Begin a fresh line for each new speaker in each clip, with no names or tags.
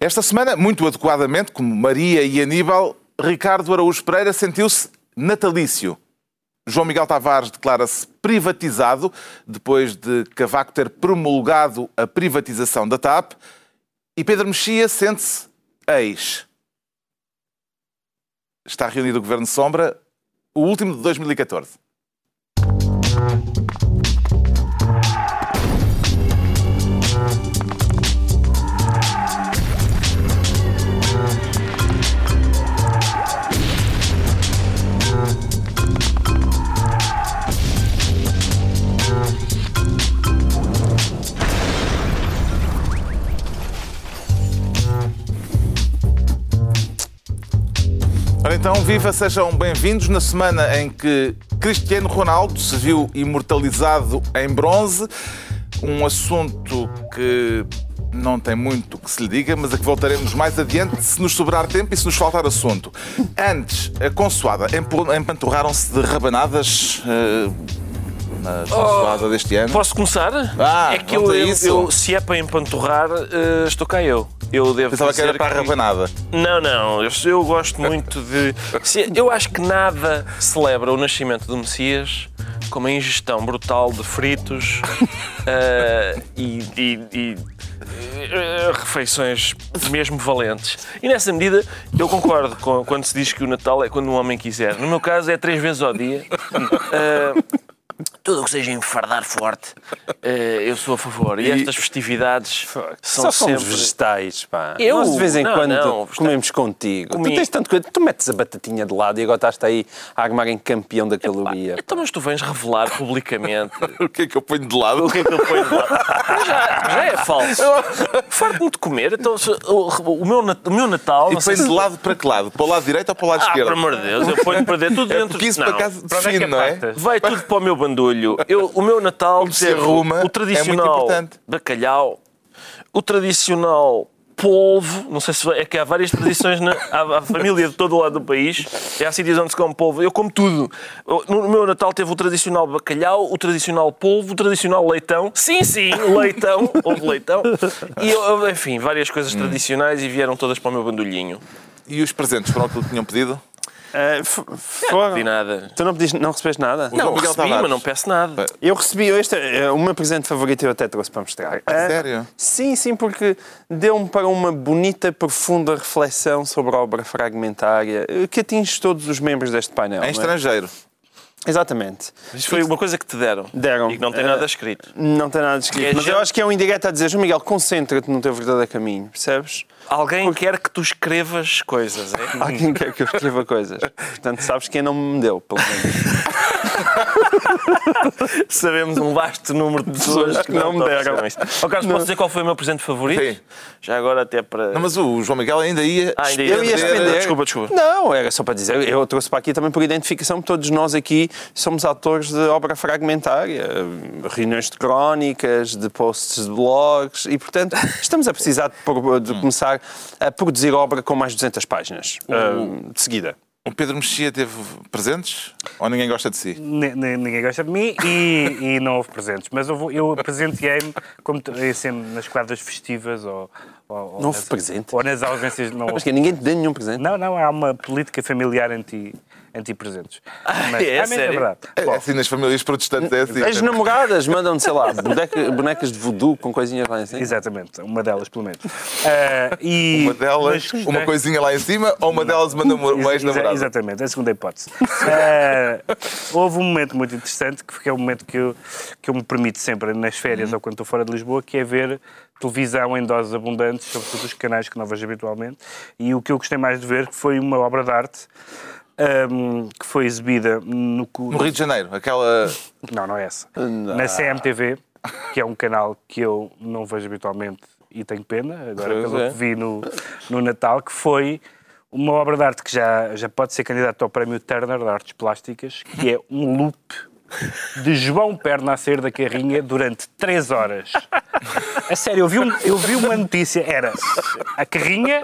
Esta semana, muito adequadamente, como Maria e Aníbal, Ricardo Araújo Pereira sentiu-se natalício. João Miguel Tavares declara-se privatizado, depois de Cavaco ter promulgado a privatização da TAP. E Pedro Mexia sente-se ex. Está reunido o Governo Sombra, o último de 2014. Ora então, viva, sejam bem-vindos na semana em que Cristiano Ronaldo se viu imortalizado em bronze, um assunto que não tem muito que se lhe diga, mas a que voltaremos mais adiante se nos sobrar tempo e se nos faltar assunto. Antes, a consoada, empo- empanturraram-se de rabanadas eh, na consoada deste ano.
Posso começar?
Vá,
é que
vamos
eu,
a
eu-
Ah, isso.
eu- se é para empanturrar, eh, estou cá eu. Eu devo
Pensava que
dizer
era para a rabanada.
Não, não. Eu, eu gosto muito de. se- eu acho que nada celebra o nascimento do Messias como a ingestão brutal de fritos eh, e, e- e, eh, refeições mesmo valentes. E nessa medida eu concordo com quando se diz que o Natal é quando um homem quiser. No meu caso é três vezes ao dia. Eh, tudo o que seja enfardar forte, eh, eu sou a favor. E, estas festividades são
Só somos
sempre...
vegetais, pá.
Eu?
Nós de vez em
Não,
quando
não,
comemos contigo.
Comi.
Tu tens tanto coisa. Tu metes a batatinha de lado e agora estás aí a armar em campeão da caloria.
Então, mas tu vens revelar publicamente
O que é que eu ponho de lado?
o que é que ele põe de lado. Mas já, já é falso. Farto-me de comer. Então, se- o, o meu, nat- o meu Natal.
E
não sei
põe de
se-
lado para que lado? Para o lado direito ou para o lado
Ah,
esquerdo?
pelo amor de Deus, eu ponho para dentro. Tudo
É
dentro
porque isso
não.
por acaso
Para onde é que
define, não é?
apertas?
Vai tudo para o meu bandulho. Eu, o meu Natal
se
teve
arruma, é
o
muito
tradicional
importante.
bacalhau, o tradicional polvo. Não sei se é que há várias tradições na há, há família de todo o lado do país. E há sítios onde se come polvo. Eu como tudo. No meu Natal teve o tradicional bacalhau, o tradicional polvo, o tradicional leitão. Sim, sim, leitão, houve leitão. E eu- enfim, várias coisas
Hum.
tradicionais e vieram todas para o meu bandulhinho.
E os presentes foram aquilo que tinham pedido?
Ah, f- foram.
De nada.
Tu não, pediste, não recebeste nada?
João
Não,
Miguel
recebi,
Tavares.
mas não peço nada.
Eu recebi este, é, o meu presente favorito eu até trouxe para mostrar. Ah,
sério?
Sim, sim, porque deu-me para uma bonita, profunda reflexão sobre a obra fragmentária eh, que atinge todos os membros deste painel.
Em
não
Ah,
é?
estrangeiro.
Exatamente.
Isso foi uma coisa que te deram.
Deram.
E que não tem nada escrito.
Não tem nada
É
escrito. Mas eu
gente-
acho que é um indireto a dizer, João Miguel, concentra-te no teu verdadeiro caminho, percebes?
Alguém quer que tu escrevas coisas, é?
Há quem quer que eu escreva coisas. Portanto, sabes quem não me deu, pelo menos.
Sabemos um vasto número de pessoas que não me deram. Ó Carlos, posso dizer qual foi o meu presente favorito?
Sim.
Já agora até para...
Não, mas o João Miguel ainda ia.
Ah, ainda ia.
Eu ia
Entender.
estender.
Desculpa, desculpa.
Não, era só para dizer. Eu trouxe para aqui também por identificação. Todos nós aqui somos autores de obra fragmentária. Reuniões de crónicas, de posts de blogs. E, portanto, estamos a precisar de, pro- de começar a produzir obra com mais de 200 páginas. ah, de seguida.
O Pedro Mexia teve presentes? Ou ninguém gosta de si?
Ni- ni- Ninguém gosta de mim e, e não houve presentes. Mas eu, vou- eu presenteei-me, como t- é sempre nas quadras festivas ou, ou- ou
Não houve
nas,
presente?
ou nas ausências. Não,
Mas
houve.
que ninguém te deu nenhum presente.
não, não, há uma política familiar anti- anti-presentes. Mas-
é
Ah, mas
sério?
verdade.
É
Bom,
assim nas famílias protestantes, é assim.
As namoradas mandam, sei lá, boneca- bonecas de voodoo com coisinhas lá em cima.
Exatamente, uma delas pelo menos. Ah, e-
Uma delas,
mas- é.
uma coisinha lá em cima, ou uma delas manda um
Exa- exa-
ex-namorado.
Exatamente, é a segunda hipótese. Eh, houve um momento muito interessante, que foi- que é um momento que eu, que eu me permito sempre nas férias ou quando estou fora de Lisboa, que é ver televisão em doses abundantes, sobretudo os canais que não vejo habitualmente. E o que eu gostei mais de ver foi uma obra de arte ehm, que foi exibida no, cu-
No Rio de Janeiro, aquela.
não, não é essa. Na CMTV, que é um canal que eu não vejo habitualmente e tenho pena, agora
Pois
pelo
é.
que vi no, no Natal, que foi uma obra de arte que já, já pode ser candidata ao Prémio Turner de Artes Plásticas, que é um loop de João Perna a sair da carrinha durante 3 horas. A sério, eu vi, um- eu vi uma notícia, era a carrinha,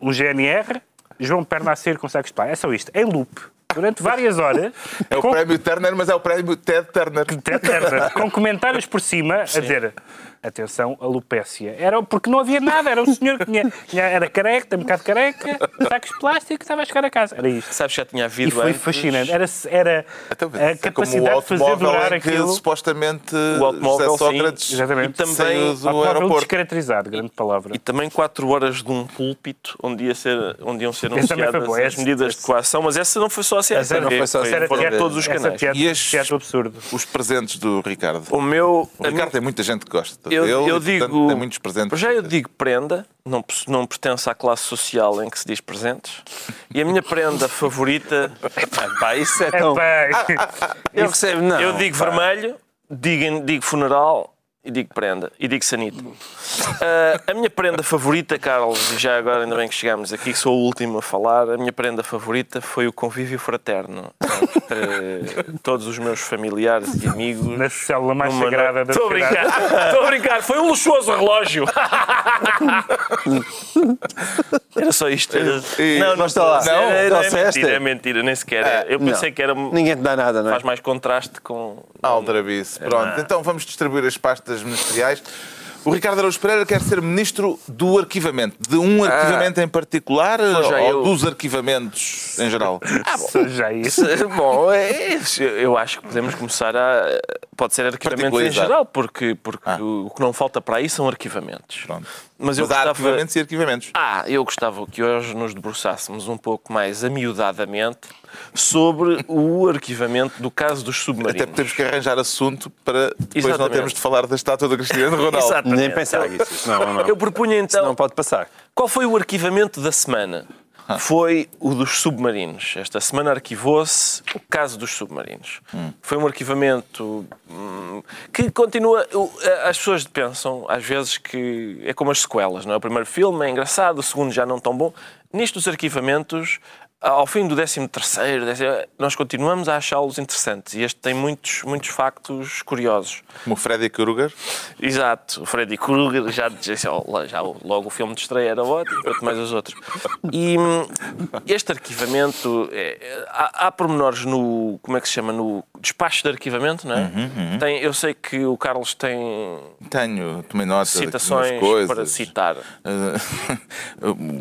um GNR, João Perna a sair com sacos de pá. É só isto, em loop. Durante várias horas,
É o
com
prémio Turner, mas é o prémio Ted Turner.
Ted Turner, com comentários por cima a dizer atenção, alopécia. Era porque não havia nada, era um senhor que tinha, tinha- era careca, tem um bocado careca, sacos de plástico, estava a chegar a casa. Era isto.
Sabes que já tinha havido
E foi
antes.
fascinante. Era, era
Então,
a
é como o
capacidade de fazer
automóvel
durar
em que
aquilo.
supostamente
O automóvel,
José
sim,
Sócrates
exatamente.
E também-
saiu do
Automóvel
aeroporto.
descaracterizado, grande palavra.
E também 4 horas de um púlpito onde, ia ser, onde iam ser
Esse também foi
anunciadas
bom,
as
esse-
medidas
esse-
de coação, mas essa não foi só a
Essa
CSTV,
não
foi só a
Era
foram
teatro-
todos os
essa
canais.
Teatro,
E estes-
teatro absurdo.
Os presentes do Ricardo.
O meu...
O
a
Ricardo
minha-
tem muita gente que gosta.
Eu,
dele
eu
e,
digo.
portanto, tem muitos presentes.
Já eu digo prenda, não, pos- não pertence à classe social em que se diz presentes. E a minha prenda favorita.
Pá, isso é
É
Então.
tão...
pá,
eu recebo, não.
eu digo vermelho, digo, digo funeral e digo prenda. E digo sanita. Ah, a minha prenda favorita, Carlos, e já agora ainda bem que chegámos aqui, que sou o último a falar, a minha prenda favorita foi o convívio fraterno entre todos os meus familiares e amigos.
na célula mais
Uma
sagrada
noite-
da
Estou a
sociedade.
brincar, estou a brincar. Foi um luxuoso relógio. era só isto. era-
E-
Não, não
mas está lá.
era-
Não,
era- é
trouxeste?
mentira, é mentira, nem sequer. é. Eu
não.
pensei que era.
Ninguém te dá nada, não é?
Faz mais contraste com. É
Aldrabice. Pronto, então vamos distribuir as pastas ministeriais. O Ricardo Araújo Pereira quer ser ministro do arquivamento. De um arquivamento em particular
Ah. já
ou
eu.
dos arquivamentos em geral?
Sou já isso.
Se- Bom, é isso. eu eu acho que podemos começar a. Pode ser arquivamentos em
Particularizar.
geral, porque, porque
Ah.
o o que não falta para aí são arquivamentos.
Pronto.
Mas eu
há
gostava.
arquivamentos e arquivamentos.
Ah, eu gostava que hoje nos debruçássemos um pouco mais amiudadamente sobre o arquivamento do caso dos submarinos.
Até porque temos que arranjar assunto para depois não
Exatamente.
termos de falar da estátua do Cristiano Ronaldo.
Exatamente.
Nem pensar isso. isso Não, não, não.
Eu propunha então,
Não pode passar.
qual foi o arquivamento da semana? Foi o dos submarinos. Esta semana arquivou-se o caso dos submarinos. Foi um arquivamento hum, que continua. o- a- As pessoas pensam, às vezes, que é como as sequelas, não é? O primeiro filme é engraçado, o segundo já não tão bom. Nisto dos arquivamentos, ao fim do 13 terceiro, décimo- nós continuamos a achá-los interessantes. E este tem muitos, muitos factos curiosos.
Como o Freddy Krueger.
Exato, o Freddy Krueger já, já, já logo o filme de estreia era ótimo, quanto mais os outros. E hum, este arquivamento, é- é- há, há pormenores no, como é que se chama, no despacho de arquivamento, não é?
Uhum,
Tem, eu sei que o Carlos tem
Tenho, tomei nota de
citações
coisas.
para citar.
Eh,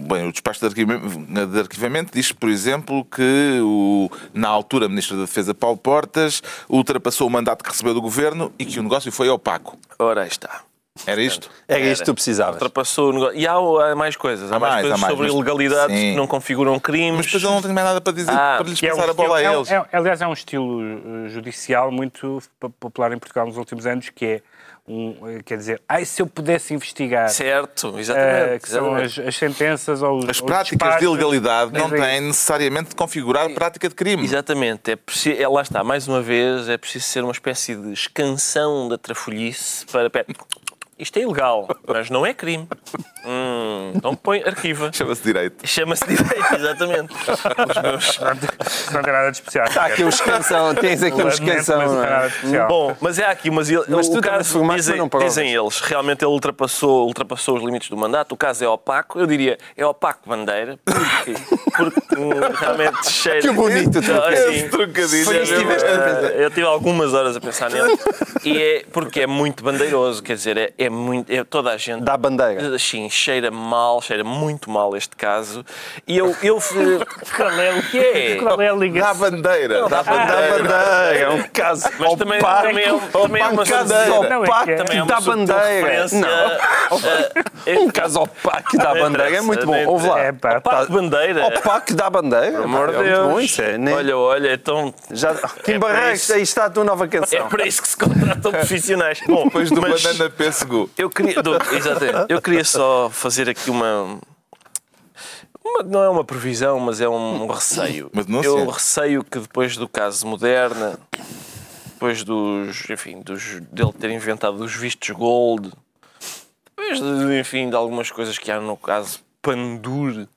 Bem, o despacho de arquivamento, de arquivamento diz, por exemplo, que o, na altura Ministro da Defesa Paulo Portas ultrapassou o mandato que recebeu do governo e que o negócio foi opaco.
Ora, aí está.
Era isto?
Era isto que tu precisavas.
Ultrapassou o negócio. E há, há mais coisas, há,
Há
mais,
mais,
coisas
há mais,
sobre
mas-
ilegalidades
sim.
que não configuram
Mas
crimes.
depois eu não tenho mais nada para dizer
Ah,
para lhes
Que é um
passar a
estilo-
bola a
é um-
eles.
é um- aliás, é um estilo eh, judicial muito p- popular em Portugal nos últimos anos, que é um, eh, quer dizer, ai, se eu pudesse investigar.
É,
Certo, exatamente.
eh, que são
exatamente.
as, as sentenças ou os,
As
ou os
práticas
despachos.
de ilegalidade não
Mas é
têm necessariamente de configurar prática de crime.
Exatamente, é preciso, é, lá está, mais uma vez, é preciso ser uma espécie de escansão da trafolhice para. pera, Isto é ilegal, mas não é crime. Hum, então põe, arquiva.
Chama-se direito.
Chama-se direito, exatamente. Os meus-
isso. Não tem nada de especial.
Há aqui os canção, tens aqui os
Lamento, mas
canção,
não
não
tem nada
é?
de especial.
Bom, mas é aqui, mas, ele,
Mas
o
tu também
caso,
formaste,
dizem,
mas não provas.
dizem eles, realmente ele ultrapassou, ultrapassou os limites do mandato, o caso é opaco, eu diria, é opaco bandeira, porque, porque hum, realmente cheira...
Que bonito trocadilho.
Assim,
Esse trocadilho
foi
é
isto
mesmo-
mesmo. Eh, eu tive algumas horas a pensar nele, e é porque é muito bandeiroso, quer dizer, é, é muito, é toda a gente...
Dá bandeira.
Sim, cheira mal, cheira muito mal este caso. E eu. eu Qual é o que é?
Qual é a
Dá
ligação?
bandeira. Dá
Dá
bandeira.
bandeira, é um caso.
Eh, Mas também,
opaco.
também, é, também é uma
Opacadeira.
solução-
Não, é
Opaco,
que é.
também é uma
dá
subtil
bandeira.
referência, é,
Não,
eh, eh,
um caso opaco dá
Não
bandeira é
interessa,
muito
não
bom. Ouve lá.
É, pá,
Opaco bandeira.
Opaco dá bandeira.
É. Pelo amor de
é muito
Deus.
bom isso, é, né?
Olha, olha, então.
Já, Kim
é para
Barreiros,
isso.
aí está a tua nova
É
canção.
para isso que se contratam profissionais. Bom,
Depois do
mas
banana pêssego.
Eu queria, do- exatamente. Eu queria só fazer aqui uma, uma- Não é uma previsão, mas é um receio.
Uma denúncia?
eu receio que depois do caso Moderna, depois dos. Enfim, dos, dele ter inventado os vistos Gold, depois de, enfim, de algumas coisas que há no caso Pandur.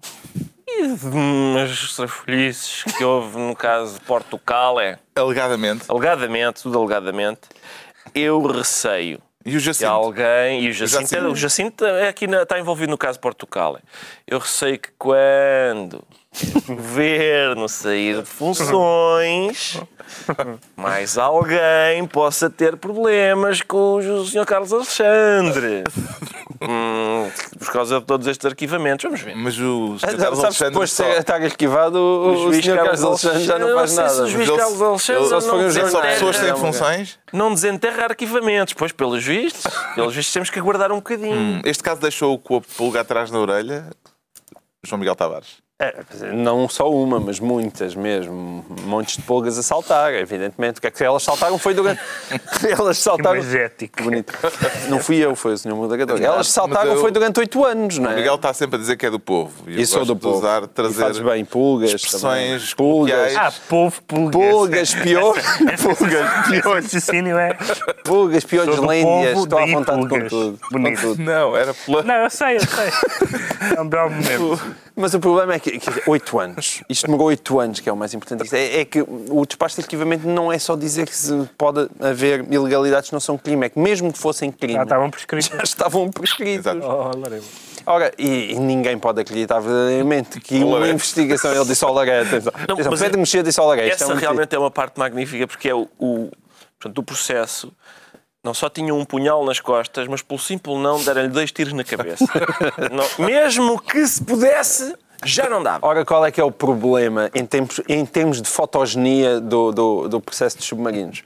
E de umas trafolhices que houve no caso Portugal, é
Alegadamente.
alegadamente, tudo alegadamente, eu receio
E o
que
Jacinto?
alguém. E o Jacinto, é
Jacinto.
tá o Jacinto é aqui na- está envolvido no caso Portugal. Eu receio que quando governo sair de funções, mais alguém possa ter problemas com o Sr. Carlos Alexandre. Hum, por causa de todos estes arquivamentos, vamos ver.
Mas o
Ah,
Sr. Carlos
Sabes que
Alexandre
depois de
só- é
ser- estar arquivado, o, o
juiz
senhor Carlos
Carlos
Alexandre já não faz
Alexandre- eu não sei se
nada.
o juiz-
Ele-
Luís Carlos Alexandre
ele-
não
só foi um
tem
jornal.
nada.
pessoas têm
né?
Não,
funções.
Não desenterra arquivamentos, pois, pelos vistos, pelos vistos temos que aguardar um bocadinho.
Este caso deixou-o com a pulga atrás na orelha. João Miguel Tavares.
É, Não só uma, mas muitas mesmo. Montes de polgas a saltar, evidentemente. O que é que elas saltaram foi durante. elas saltaram.
mais ético.
Que bonito. Não fui eu, foi o senhor moderador. Elas
Mas
saltaram
eu-
foi durante oito anos, não é?
O Miguel está sempre a dizer que é do povo. E eu
E sou
gosto
do
de
povo.
usar,
e fazes
trazer
bem, pulgas.
expressões
também. Pulgas.
coloquiais.
Ah, povo pulgas.
Pulgas, piolhos,
Pulgas. Pior raciocínio é.
pulgas, piolhos,
Sou do
lêndias.
povo,
Estou à
daí
vontade com
pulgas.
tudo. com
Bonito.
tudo.
Não, era pela.
Não, eu sei, eu sei. É um belo momento.
Mas o problema é que, que oito anos. Isto demorou oito anos, que é o mais importante. Isto É, é que o despacho de arquivamento não é só dizer que se pode haver ilegalidades que não são crime, é que mesmo que fossem crime,
Já estavam prescritos.
já estavam prescritos.
Exato.
Oh, Lareba.
Ora, e, e ninguém pode acreditar verdadeiramente que
Olá,
uma
é.
investigação. Ele disse ao Largueira, atenção.
Não,
Atenção,
mas
Pedro Mexia disse ao Largueira. isto
Essa
é um
realmente é uma parte magnífica, porque é o, o, portanto, o processo. Não só tinha um punhal nas costas, mas pelo simples não deram-lhe dois tiros na cabeça. Não- mesmo que se pudesse, já não dava.
Ora, qual é que é o problema em termos, em termos de fotogenia do, do, do processo dos submarinos?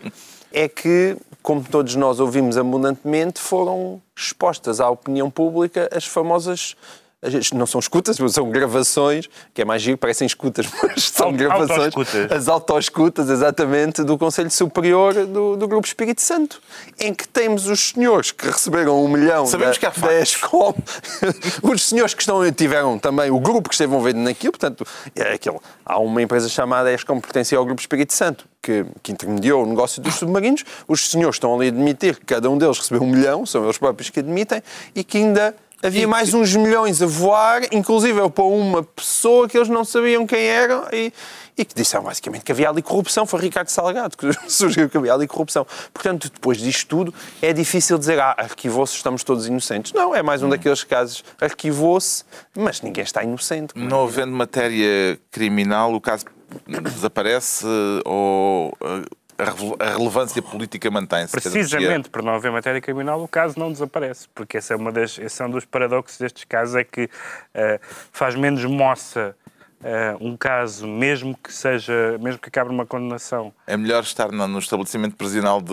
É que, como todos nós ouvimos abundantemente, foram expostas à opinião pública as famosas. as- Não são escutas, mas são gravações, que é mais giro, parecem escutas, mas são
Auto-
gravações.
autoescutas.
As autoescutas, exatamente, do Conselho Superior do, do Grupo Espírito Santo, em que temos os senhores que receberam um milhão
Sabemos
da,
que há
da
factos.
escola. Os senhores que estão, tiveram também o grupo que esteve envolvido naquilo, portanto, é aquilo. Há uma empresa chamada Escom, que pertencia ao Grupo Espírito Santo, que, que intermediou o negócio dos submarinos. Os senhores estão ali a admitir que cada um deles recebeu um milhão, são eles próprios que admitem, e que ainda havia mais uns milhões a voar, inclusive para uma pessoa que eles não sabiam quem era e, e que disseram basicamente que havia ali corrupção. Foi Ricardo Salgado que surgiu que havia ali corrupção. Portanto, depois disto tudo, é difícil dizer, ah, arquivou-se, estamos todos inocentes. Não, é
Hum.
mais um daqueles casos, arquivou-se, mas ninguém está inocente.
Hum.
Não havendo matéria criminal, o caso desaparece eh, ou eh, a revel- a relevância política mantém-se? Quer dizer,
Precisamente por não haver matéria criminal, o caso não desaparece, porque esse é, uma das, esse é um dos paradoxos destes casos, é que eh, faz menos moça eh, um caso, mesmo que seja, mesmo que acabe uma condenação.
É melhor estar na- no estabelecimento prisional de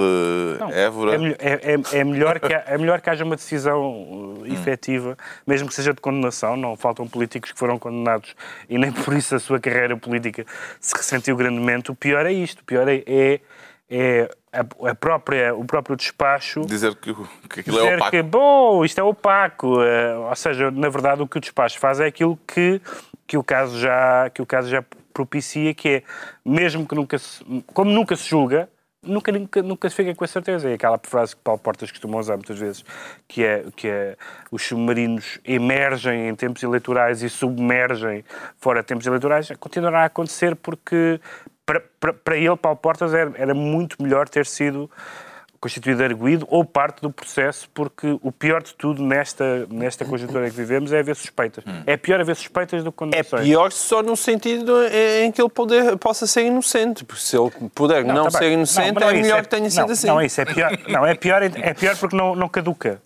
Não,
Évora.
É, melho- é- é- é melhor que, ha- é melhor que haja uma decisão eh, efetiva, mesmo que seja de condenação, não faltam políticos que foram condenados e nem por isso a sua carreira política se ressentiu grandemente. O pior é isto, o pior é, é- é a- a própria, o próprio despacho
Dizer que, o- que aquilo é
dizer
opaco.
que, bom, isto é opaco. eh, ou seja, na verdade, o que o despacho faz é aquilo que, que, o, caso já, que o caso já propicia, que é, mesmo que nunca se, como nunca se julga, nunca, nunca, nunca se fica com a certeza. É aquela frase que Paulo Portas costuma usar muitas vezes, que é, que é os submarinos emergem em tempos eleitorais e submergem fora de tempos eleitorais, continuará a acontecer porque... Para, para, para ele, Paulo Portas, era, era muito melhor ter sido constituído arguído ou parte do processo, porque o pior de tudo nesta, nesta conjuntura em que vivemos é haver suspeitas.
Hum.
É pior haver suspeitas do que
É
condenações.
pior só no sentido em que ele poder- possa ser inocente, porque se ele puder não,
tá
ser
bem.
inocente,
Não, mas não
é melhor
isso,
que tenha
não,
sido assim.
Não é isso, é pior, não, é pior, é pior porque não, não caduca.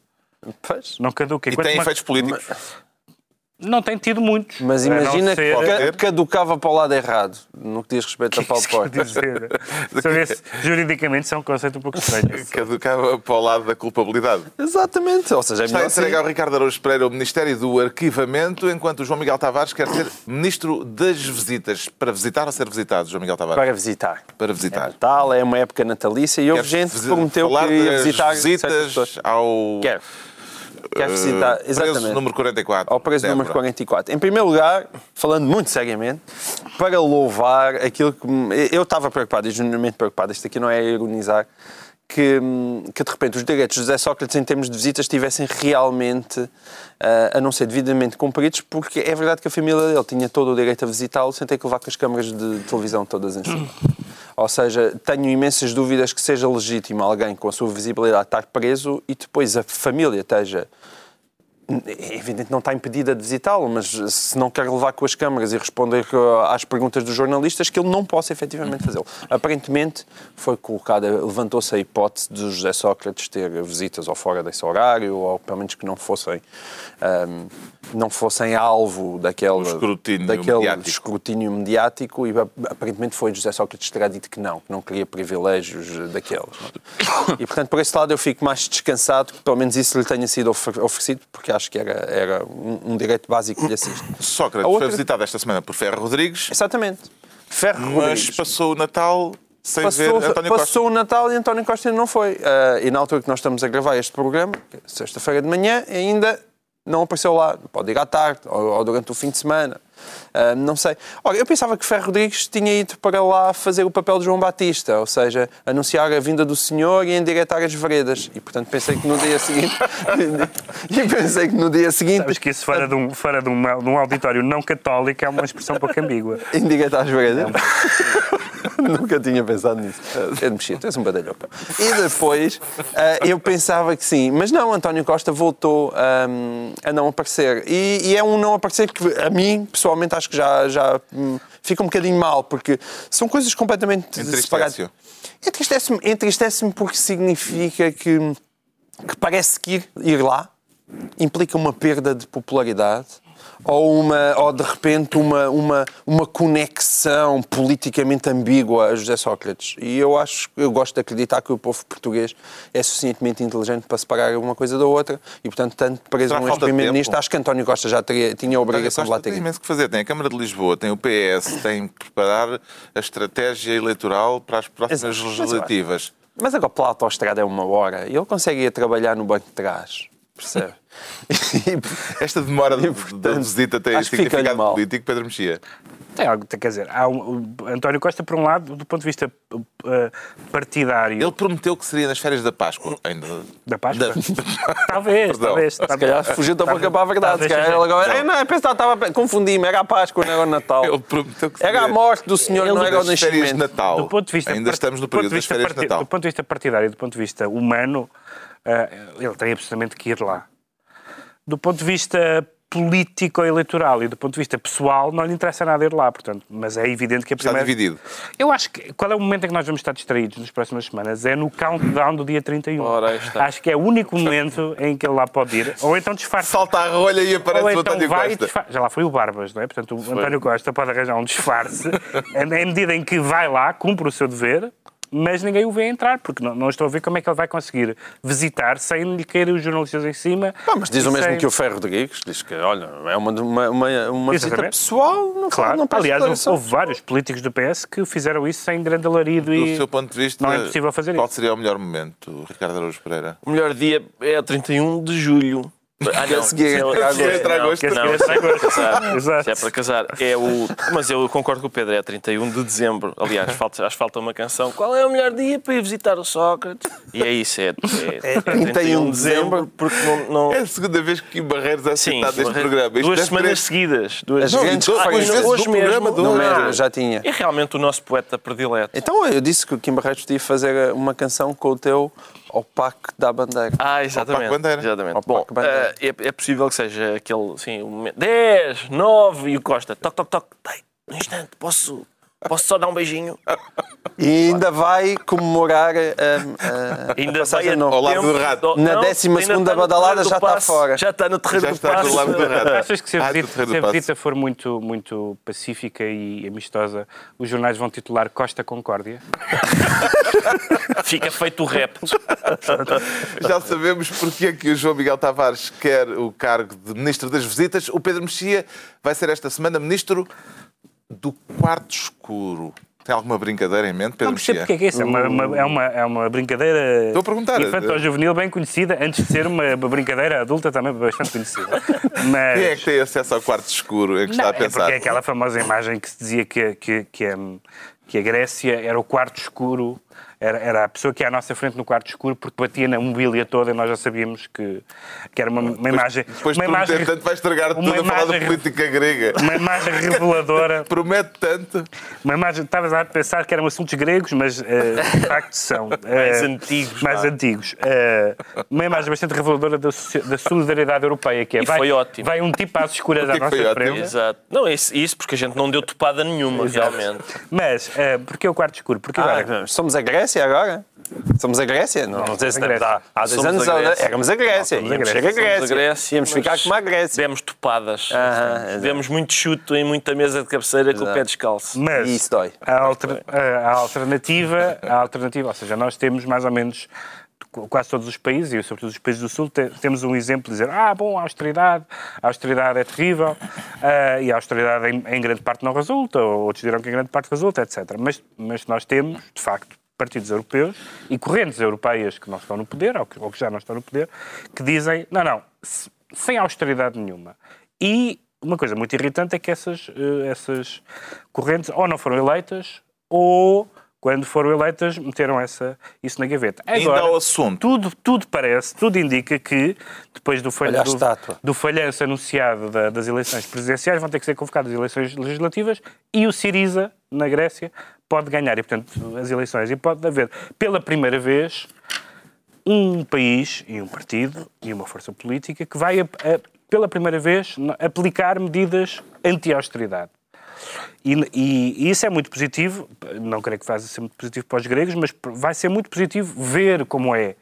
Pois.
Não caduca.
E
Enquanto
tem
uma-
efeitos políticos.
Não tem tido muitos.
Mas
a não
imagina que
ser-
pode-
ca- caducava para o lado errado, no que diz respeito a Paulo
Isso quer
Portas.
dizer, sobre esse- juridicamente, isso é um conceito um pouco estranho.
Caducava para o lado da culpabilidade.
Exatamente, ou seja, é
Está
melhor
entregue
assim.
ao Ricardo Araújo Pereira o Ministério do Arquivamento, enquanto o João Miguel Tavares quer ser Ministro das Visitas. Para visitar ou ser visitado, João Miguel Tavares?
para visitar.
Para visitar.
Natal é uma época natalícia e houve
Tá. Quer
gente que
visi-
prometeu
falar
que ia
das
visitar certas
visitas
pessoas.
ao
Quer. Quer
eh,
visitar,
preso
exatamente.
número 44.
Ao preso
Débora.
número 44. Em primeiro lugar, falando muito seriamente, para louvar aquilo que. me- Eu estava preocupado, e genuinamente preocupado, isto aqui não é ironizar, que, hum, que de repente os direitos de José Sócrates em termos de visitas estivessem realmente ah, a não ser devidamente cumpridos, porque é verdade que a família dele tinha todo o direito a visitá-lo sem ter que levar com as câmaras de televisão todas em cima. Ou seja, tenho imensas dúvidas que seja legítimo alguém com a sua visibilidade estar preso e depois a família esteja é evidente que não está impedida de visitá-lo, mas se não quer levar com as câmaras e responder eh, às perguntas dos jornalistas, que ele não possa efetivamente fazê-lo. Aparentemente foi colocada, levantou-se a hipótese de José Sócrates ter visitas ao fora desse horário, ou pelo menos que não fossem, ahm, não fossem alvo daquele,
Do Um escrutínio
daquele
mediático.
escrutínio mediático, e aparentemente foi José Sócrates que terá dito que não, que não queria privilégios eh, daqueles. não é? E portanto, por esse lado, eu fico mais descansado que pelo menos isso lhe tenha sido ofer- oferecido, porque acho que era, era um, um direito básico que lhe assiste.
Sócrates
A outra-
foi visitado esta semana por Ferro Rodrigues,
Exatamente. Ferro
mas
Rodrigues.
passou o Natal sem ver António Costa.
passou o Natal e António Costa ainda não foi. Ah, e na altura que nós estamos a gravar este programa, que é sexta-feira de manhã, ainda não apareceu lá. Pode ir à tarde ou, ou durante o fim de semana. Ah, não sei. Ora, eu pensava que Ferro Rodrigues tinha ido para lá fazer o papel de João Batista, ou seja, anunciar a vinda do senhor e endireitar as veredas. E, portanto, pensei que no dia seguinte... e pensei que no dia seguinte...
Sabes que isso fora de, um, fora de, uma- de um auditório não católico é uma expressão pouco ambígua.
Endireitar as veredas? Nunca tinha pensado nisso. um É de mexer, tu és um badalhoca. E depois ah, eu pensava que sim, mas não, António Costa voltou ahm, a não aparecer. E, e é um não aparecer que a mim, pessoalmente, acho que já, já hum, fica um bocadinho mal, porque são coisas completamente
Entristece-o.
separadas. Entristece-me entristece porque significa que, hum, que parece que ir, ir lá implica uma perda de popularidade ou, uma, ou de repente uma, uma, uma conexão politicamente ambígua a José Sócrates. E eu acho, eu gosto de acreditar que o povo português é suficientemente inteligente para separar uma coisa da outra e, portanto, tanto preso
Será
um
falta de
ex-primeiro-ministro,
tempo?
acho que António Costa já teria, tinha a
António
obrigação de lá
Costa
ter
tem
ido.
imenso que fazer. Tem a Câmara de Lisboa, tem o PS, tem que preparar a estratégia eleitoral para as próximas
Exato. Mas eu acho-
legislativas.
Mas agora pela autoestrada é uma hora e ele consegue ir trabalhar no banco de trás, percebe? E-
Esta demora de- da visita tem
acho que fica-lhe
significado
mal.
político, Pedro Mexia.
Tem É algo, quer dizer, há um- o António Costa, por um lado, do ponto de vista eh, partidário
Ele prometeu que seria nas férias da Páscoa. Ainda.
da Páscoa,
Da-
talvez,
Perdão.
talvez.
Se calhar fugiu
um
Tá
da boca para a verdade. Se
é
calhar ele agora. Ei, não, eu pensava, estava. Confundi-me, era a Páscoa, não era o Natal.
Ele prometeu que seria
Era É a morte do senhor, não é era o
nas férias de
nascimento.
Natal.
do ponto de vista
Ainda
part-
estamos no
do ponto
período
de
das
vista
férias de
parti-
Natal.
Do ponto de vista partidário, do ponto de vista humano, ah, ele tem absolutamente que ir lá. Do ponto de vista político-eleitoral e do ponto de vista pessoal, não lhe interessa nada ir lá, portanto, mas é evidente que a
Está
primeira...
dividido.
Eu acho que qual é o momento em que nós vamos estar distraídos nas próximas semanas é no countdown do dia 31.
Ora, aí está.
Acho que é o único momento em que ele lá pode ir, ou então disfarça
Salta a rolha e aparece
ou
o
então
António
vai e
Costa.
disfarça. Já lá foi o Barbas, não é? Portanto, o António Costa pode arranjar um disfarce em medida em que vai lá, cumpre o seu dever, mas ninguém o vê entrar, porque não, não estou a ver como é que ele vai conseguir visitar sem lhe caírem os jornalistas em cima.
Pá, mas diz o
e
mesmo
sem-
que o Ferro Rodrigues, diz que, olha, é uma, uma, uma, uma visita
Exatamente.
pessoal, não
Claro,
não parece
aliás, houve,
declaração.
vários políticos do PS que fizeram isso sem grande alarido
Do
e.
seu ponto de vista,
Não é possível fazer
qual
isso.
seria o melhor momento, Ricardo Araújo Pereira?
O melhor dia é o 31 de julho. Ah, não.
seguir
isso
entra
isso
agosto. Entra agosto.
não,
Quer
isso
seguir
é para
entra
casar.
Exato.
Isso é para casar. É o... Mas eu concordo com o Pedro, é 31 de dezembro. Aliás, falta, acho que falta uma canção. Qual é o melhor dia para ir visitar o Sócrates? E é isso, é, é, é
31 de dezembro,
porque não... não...
É a segunda vez que Kim Barreiros é
Sim,
citado neste programa. Isto
duas
deve
semanas
ter-
seguidas. Duas...
As
Não,
grandes
duas
feiras.
vezes
Hoje
do
mesmo,
programa do
não
ano.
eh,
era.
Eu já tinha.
É realmente o nosso poeta predileto.
Ah.
É
Então eu disse que o Kim Barreiros podia fazer eh, uma canção com o teu opaco da bandeira.
Ah, exatamente.
Paco Bandeira.
exatamente.
Ao
Bom,
Paco Bandeira.
eh, é, é possível que seja aquele, assim, um momento. 10, 9 e o Costa. Toc, toc, toc. Tem, um instante, posso, posso só dar um beijinho?
E ainda vai comemorar hum, a- a
Ainda
passagem
vai a
nova.
Ao lado
tempo
do rato.
do-
Na
não,
12ª
ainda está no
badalada
terreno do
já está
passe,
fora.
Já está no terreno
Já
do
está do lado do
passe.
rato.
Achas que se a
Ah, do Terreiro
visita, se a
do Passo.
visita for muito, muito pacífica e amistosa, os jornais vão titular Costa Concórdia?
Fica feito o rap.
Já sabemos porque é que o João Miguel Tavares quer o cargo de Ministro das Visitas. O Pedro Mexia vai ser esta semana Ministro do Quarto Escuro. Tem alguma brincadeira em mente, Pedro
Não percebo
Mexia?
porque é que é isso. É uma, uma- é uma, é uma brincadeira
Estou a perguntar.
infantil-juvenil bem conhecida, antes de ser uma brincadeira adulta também bastante conhecida. Mas...
Quem é que tem acesso ao quarto escuro em que está
Não,
a pensar?
É porque é aquela famosa imagem que se dizia que, que, que, hum, que a Grécia era o quarto escuro era, era a pessoa que ia à nossa frente no quarto escuro porque batia na mobília toda e nós já sabíamos que, que era uma, uma imagem.
Depois
uma
prometer
imagem
tanto, vais estragar tudo
uma
a falar da
imagem-
política grega.
uma imagem reveladora.
Promete tanto.
Uma imagem, estavas a pensar que eram assuntos gregos, mas eh, de facto são.
Mais
Eh,
antigos,
Mais
vá.
antigos. Eh, uma imagem bastante reveladora da, soci- da solidariedade europeia, que é
E
vai,
foi ótimo.
vai um tipo às escuras à
que foi
nossa
ótimo?
frente.
Exato. Não, isso, isso porque a gente não deu topada nenhuma, realmente.
Mas, eh, porquê o quarto escuro? Porque
Ah,
agora,
somos a Grécia agora? Somos a Grécia? Não, não sei se
A Grécia.
há, há dois
Somos
anos
a Grécia.
éramos a Grécia.
a
Íamos
Grécia.
chegar a
Fomos
Grécia.
à Grécia,
Íamos ficar
mas
como a Grécia.
Demos topadas.
Aham,
Assim.
exato.
Demos muito chute em muita mesa de cabeceira com o pé descalço.
mas
E isso dói.
A, alter- a- a alternativa, a alternativa, ou seja, nós temos mais ou menos qu- quase todos os países, e sobretudo os países do Sul, te- temos um exemplo de dizer, ah, bom, a austeridade, a austeridade é terrível, ah, e a austeridade em, em grande parte não resulta, ou outros dirão que em grande parte resulta, etc. Mas, mas nós temos, de facto, partidos europeus e correntes europeias que não estão no poder, ou que, ou que já não estão no poder, que dizem, não, não, se- sem austeridade nenhuma. E uma coisa muito irritante é que essas, eh, essas correntes ou não foram eleitas, ou, quando foram eleitas, meteram essa, isso na gaveta.
Ainda
Agora,
ao assunto.
tudo, tudo parece, tudo indica que, depois do, falha,
Olha a
do,
estátua.
do falhanço anunciado da- das eleições presidenciais, vão ter que ser convocadas eleições legislativas e o Siriza, na Grécia, pode ganhar. E, portanto, as eleições. E pode haver, pela primeira vez, um país e um partido e uma força política que vai, a- a- pela primeira vez, n- aplicar medidas anti-austeridade. E, e- e isso é muito positivo, não creio que vá ser muito positivo para os gregos, mas p- vai ser muito positivo ver como é.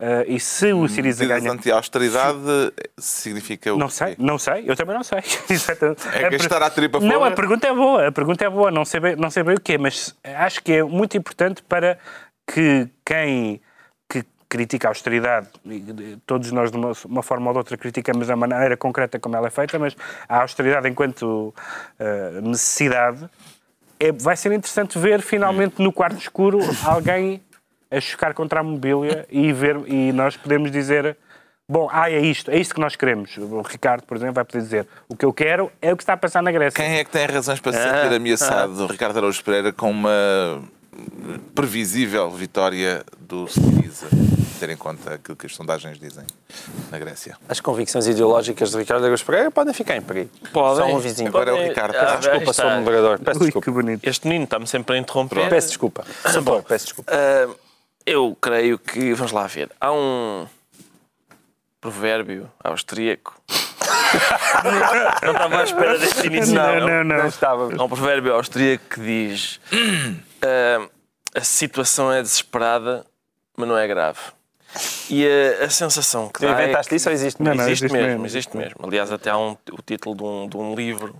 Ah, e se o Siriza
Medidas
ganha.
anti-austeridade significa o
Não
quê?
sei, não sei, eu também não sei. Exatamente.
É que
A
estar à tripa
Não,
fora.
a pergunta é boa, a pergunta é boa, não sei bem, não sei bem o quê, mas acho que é muito importante para que quem que critica a austeridade, e todos nós de uma, uma forma ou de outra criticamos a maneira concreta como ela é feita, mas a austeridade enquanto ah, necessidade, é- vai ser interessante ver finalmente no quarto escuro alguém a chocar contra a mobília e, ver, e nós podemos dizer: Bom, ah, é isto, é isto que nós queremos. O Ricardo, por exemplo, vai poder dizer: O que eu quero é o que está a passar na Grécia.
Quem é que tem razões para se
Ah.
sentir ameaçado? Ricardo Araújo Pereira com uma previsível vitória do Siriza, ter em conta aquilo que as sondagens dizem na Grécia.
As convicções ideológicas de Ricardo Agus Pereira podem ficar em perigo.
Podem.
Só um vizinho.
Agora é o
Podem-
Ricardo.
Ah,
Peço
aí
Desculpa,
está.
sou um moderador. Peço
Ui, que
desculpa.
bonito.
Este menino está-me sempre a interromper.
Peço desculpa. Sou bom, peço desculpa.
Ah, eu creio que. Vamos lá ver. Há um provérbio austríaco. não estava à espera deste início.
Não, não,
Não
não.
estava.
Há um provérbio austríaco que diz: "Ah, A situação é desesperada, mas não é grave. E a, a sensação que
Tu
dá. é
inventaste isso ou existe?
Não, não.
existe,
existe
mesmo,
mesmo.
existe mesmo. Aliás, até há um- o título de um, de um livro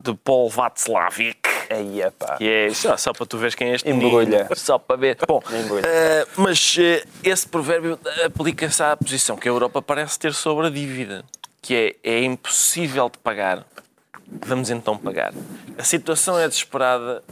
de Paul Václavic.
Aí, epá.
que é só, só para tu veres quem é este
Embrulha.
menino. Só para ver. Bom,
Embrulha.
eh, mas eh, esse provérbio aplica-se à posição que a Europa parece ter sobre a dívida, que é, é impossível de pagar. Vamos então pagar. A situação é desesperada,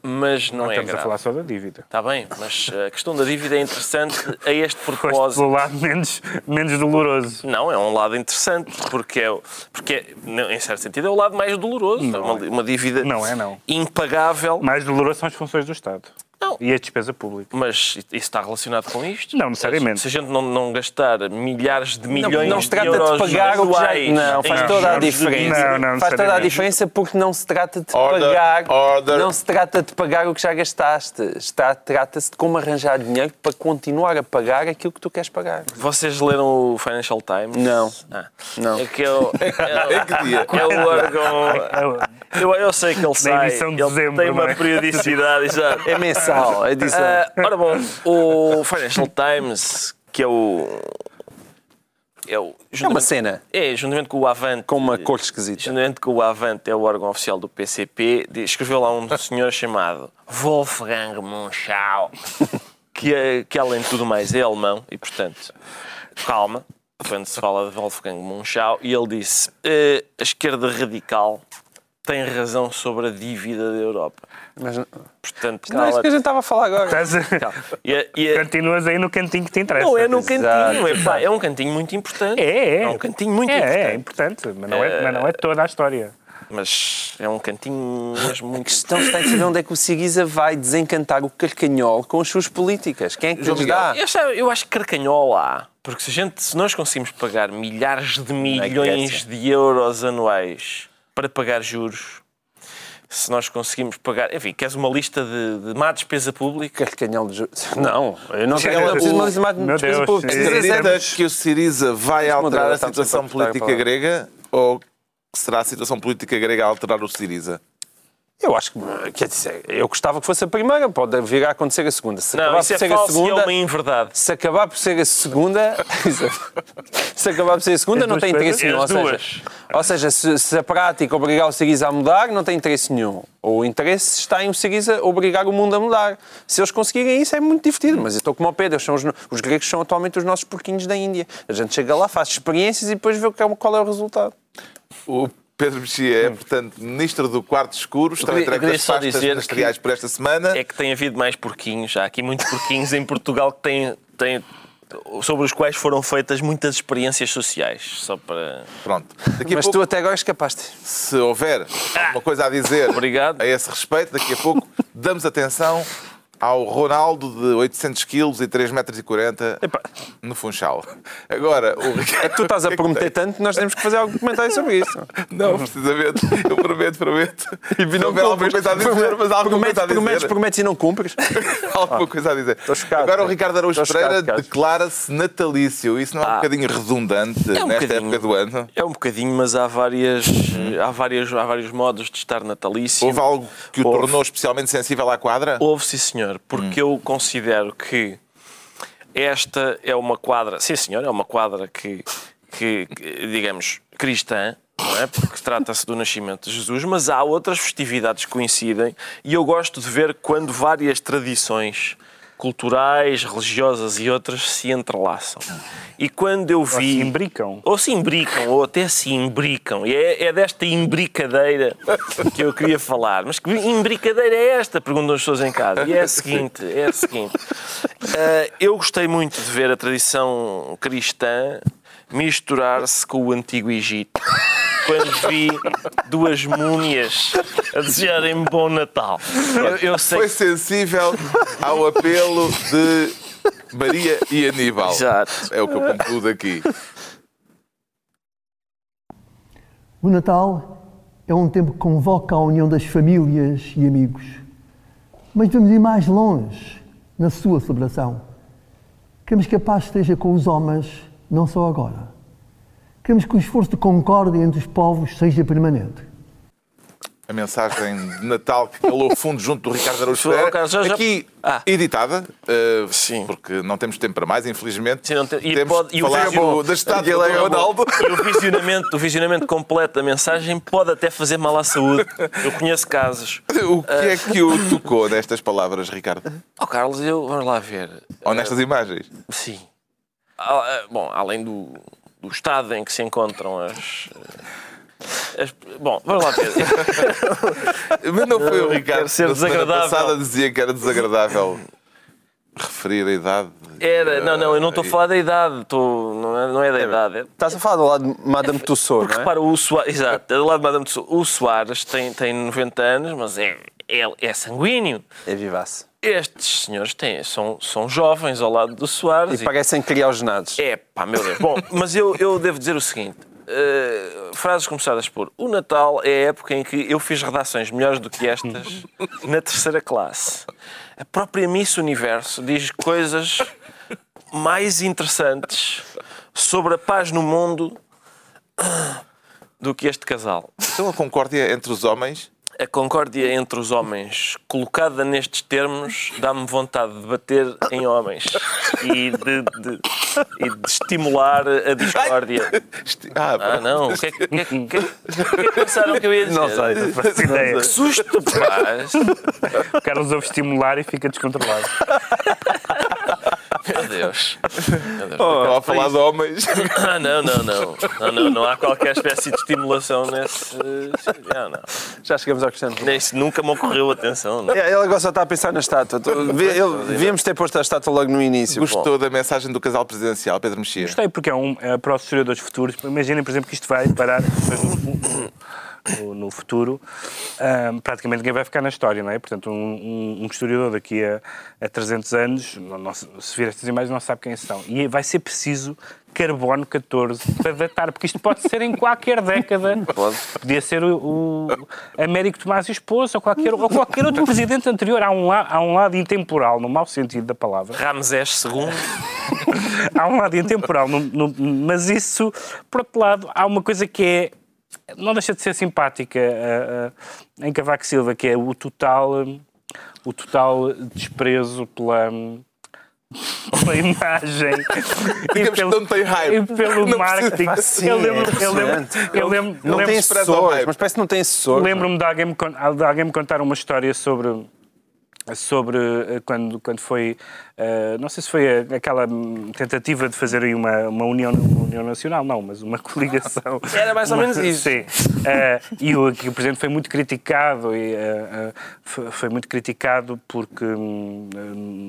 mas não, é
Estamos a
grave.
falar só da dívida.
Está bem, mas eh, a questão da dívida é interessante a este
Foste
propósito.
pelo lado menos, menos doloroso.
Não, é um lado interessante, porque, é, o- porque é, não, em certo sentido, é o lado mais doloroso. É uma, uma dívida
Não é, não.
impagável.
Mais doloroso são as funções do Estado
Não.
e a despesa pública.
Mas isso está relacionado com isto?
Não, necessariamente.
Se a gente não, não gastar milhares de milhões
Não
de
se trata
euros
de pagar o que já...
anuais
Não,
em
faz toda a
juros de dívida,
Não,
diferença. faz
não,
toda a
necessariamente.
diferença porque não se trata de
Order,
pagar.
order.
Não se trata de pagar o que já gastaste. Está- Trata-se de como arranjar dinheiro para continuar a pagar aquilo que tu queres pagar.
Vocês leram o Financial Times?
Não.
Ah.
Não.
É que eu...
Em que dia?
É o órgão. Eu, eu sei que ele sai.
É edição de
ele
dezembro,
tem
não
uma
é?
periodicidade, exato.
É mensal, é disso.
Ah, ora bom, o Financial Times, que é o. É, o,
É uma
juntamente-
cena
É, juntamente com o Avante.
com uma cor esquisita.
Justamente que o Avante é o órgão oficial do PCP, de- escreveu lá um senhor chamado Wolfgang Munchau, que, é- que além de tudo mais é alemão e, portanto, calma, quando se fala de Wolfgang Munchau, e ele disse: "Eh, a esquerda radical tem razão sobre a dívida da Europa.
Mas não
Portanto,
não é isso que a
cala-te.
gente estava a falar agora.
Estás a-
E a- e a-
Continuas aí no cantinho que te interessa.
é- Não é num
Exato.
cantinho, é, pá, é um cantinho muito importante.
É, é.
É um cantinho muito
é,
importante.
É, importante, mas não é, mas não é toda a história.
Mas é um cantinho mesmo muito importante.
Então está a saber onde é que o Siriza vai desencantar o carcanhol com as suas políticas. Quem é que
João
lhes
Miguel,
dá?
Eu, acho- eu acho que carcanhola há. Porque se, a gente, se nós conseguimos pagar milhares de milhões de euros anuais para pagar juros, se nós conseguimos pagar. Enfim, queres uma lista de, de má despesa pública?
Carcanhol de ju- Não, eu não
Chega
quero. Eu
lá,
preciso
o-
de uma dizimada de
Meu
despesa
Deus,
pública.
sim.
Quer dizer,
Acredita que o Siriza vai alterar
moderador
a
é
está
situação
sempre a cortar a
política
palavra.
grega ou será a situação política grega a alterar o Siriza?
Eu acho que, quer dizer, eu gostava que fosse a primeira, pode vir a acontecer a segunda. Se
Não,
acabar
isso
por
é
ser a
falso e é
segunda,
uma inverdade.
se acabar por ser a segunda, se acabar por ser a segunda,
As
não
duas
tem interesse
coisas?
nenhum. Ou
As
seja,
duas.
ou seja, se, se a prática obrigar o Siriza a mudar, não tem interesse nenhum. O interesse está em o Siriza obrigar o mundo a mudar. Se eles conseguirem isso, é muito divertido. Mas eu estou como ao Pedro, eles são os, no- os gregos são atualmente os nossos porquinhos da Índia. A gente chega lá, faz experiências e depois vê o que é- qual é o resultado.
O Pedro Mexia é, portanto, ministro do Quarto Escuro, está
queria-
entregue
eu queria
das
só
pastas
dizer
ministeriais por esta semana.
É que tem havido mais porquinhos. Há aqui muitos porquinhos em Portugal que têm. têm sobre os quais foram feitas muitas experiências sociais. Só para.
Pronto. Daqui a
Mas
pouco,
tu até agora escapaste.
se houver alguma coisa a dizer
Obrigado.
a esse respeito, daqui a pouco damos atenção ao Ronaldo de 800 quilos e 3,40 metros no Funchal. Agora, o Ricardo...
Tu estás
o
a
que é que tem?
prometer tanto que nós temos que fazer algum comentário sobre isso.
Não, precisamente. Eu prometo, prometo. E
E não
não alguma
cumpres.
coisa a dizer, mas há alguma
prometes,
coisa a dizer.
prometes, prometes e não cumpres.
alguma coisa a dizer.
chocado. né?
Agora o Ricardo Araújo
Tô chocado, Ah.
Pereira
Carlos.
declara-se natalício. Isso não é um bocadinho redundante
É um
nesta
bocadinho.
época do ano?
É um bocadinho, mas há, várias, há, várias, há vários modos de estar natalício.
Houve algo que o
Houve.
tornou especialmente sensível à quadra?
Houve, sim, senhor, porque eu considero que esta é uma quadra, sim, senhor, é uma quadra que, que, que, digamos, cristã, não é? Porque trata-se do nascimento de Jesus, mas há outras festividades que coincidem e eu gosto de ver quando várias tradições culturais, religiosas e outras se entrelaçam. E quando eu
Ou
vi
se imbricam.
ou se imbricam, ou até se imbricam. E é, é desta imbricadeira que eu queria falar. Mas que imbricadeira é esta? Perguntam as pessoas em casa. E é a seguinte, é a seguinte. Ah, eu gostei muito de ver a tradição cristã misturar-se com o Antigo Egito. Quando vi duas múmias a desejarem bom Natal. Eu, eu sei
Foi sensível ao apelo de Maria e Aníbal.
Exato.
É o que eu concluo aqui.
O Natal é um tempo que convoca a união das famílias e amigos. Mas vamos ir mais longe na sua celebração. Queremos que a paz esteja com os homens, não só agora. Queremos que o esforço de concórdia entre os povos seja permanente.
A mensagem de Natal que calou fundo junto do Ricardo Araújo
Sou-
Pereira.
Ricardo, já- já-
Aqui,
Ah.
editada, eh,
Sim.
porque não temos tempo para mais, infelizmente.
Sim, não tem- e
Temos
pode-
que
e o
falar
Vasco-
do- da estátua do
é
Ronaldo.
E o visionamento, o visionamento completo da mensagem pode até fazer mal à saúde. Eu conheço casos.
O que é que o tocou nestas palavras, Ricardo?
Oh, Carlos, eu vamos lá ver.
Ou nestas imagens?
Sim. Ah, ah, Bom, além do, do estado em que se encontram as. eh, as- bom, vamos lá ver.
Mas não foi o Ricardo
quero Eh, ser
na semana
desagradável.
passada dizia que era desagradável referir a idade.
Era, não, não, eu não estou a falar da idade, estou- não, é, não é da idade. é-
Estás a falar do lado de Madame Tussauds,
Porque
não é?
repara, o Soares, exato, é do lado de Madame Tussauds, o Soares tem, tem 90 anos, mas é, é, é sanguíneo.
É vivace.
Estes senhores têm, são, são jovens ao lado do Soares.
E
e-
parecem criar os nados.
É, pá, meu Deus. Bom, mas eu, eu devo dizer o seguinte. eh, frases começadas por O Natal é a época em que eu fiz redações melhores do que estas na terceira classe. A própria Miss Universo diz coisas mais interessantes sobre a paz no mundo do que este casal.
Então a concórdia entre os homens
A concórdia entre os homens, colocada nestes termos, dá-me vontade de bater em homens e de, de- e de estimular a discórdia.
Isto- Ah,
Ah, não. O que é que, o que é que- o que é que pensaram que eu ia dizer? É,
Não sei.
Não faço ideia.
Que susto, pá!
O Carlos ouve estimular e fica descontrolado.
Adeus. Adeus.
Estava a falar de homens.
Ah, não, não, não. Não, não, não há qualquer espécie de estimulação nesse. Ah, não.
Já chegamos ao Cristiano Ronaldo.
Nem- Isso nunca me ocorreu atenção. Não.
É, Ele agora só está a pensar na estátua. Tu- vê- ele- Devíamos ter posto a estátua logo no início.
Gostou da mensagem do casal presidencial, Pedro Mexia?
Gostei porque é, um, é para os historiadores futuros. Imaginem, por exemplo, que isto vai parar no, no- no futuro. Ahm, praticamente ninguém vai ficar na história, não é? Portanto, um, um- um historiador daqui a, a 300 anos, não- não se se vir estas imagens, não sabe quem são. E vai ser preciso carbono 14 para datar, porque isto pode ser em qualquer década. Podia ser o, o Américo Tomás Esposo ou qualquer, ou qualquer outro presidente anterior. Há um, la- há um lado intemporal, no mau sentido da palavra
Ramsés II.
há um lado intemporal, no- no- mas isso, por outro lado, há uma coisa que é. Não deixa de ser simpática ah, ah, em Cavaco Silva, que é o total, hum, o total desprezo pela, hum, pela imagem e
Digamos que não tem hype.
e pelo
Não
marketing.
precisa.
eu lembro,
é
eu lembro,
impressionante.
eu lembro,
Não
lembro-
tem
expressa ao
assessores,
hype.
mas parece que não tem assessores.
Lembro-me de alguém, me con- de alguém me contar uma história sobre sobre eh, quando, quando foi, eh, não sei se foi a- aquela hum, tentativa de fazer aí uma, uma união, uma união nacional, não, mas uma coligação.
Era mais ou
Uma-
menos isso.
Sim. Eh, e o, que o Presidente foi muito criticado, e, eh, eh, foi, foi muito criticado porque hum, eh,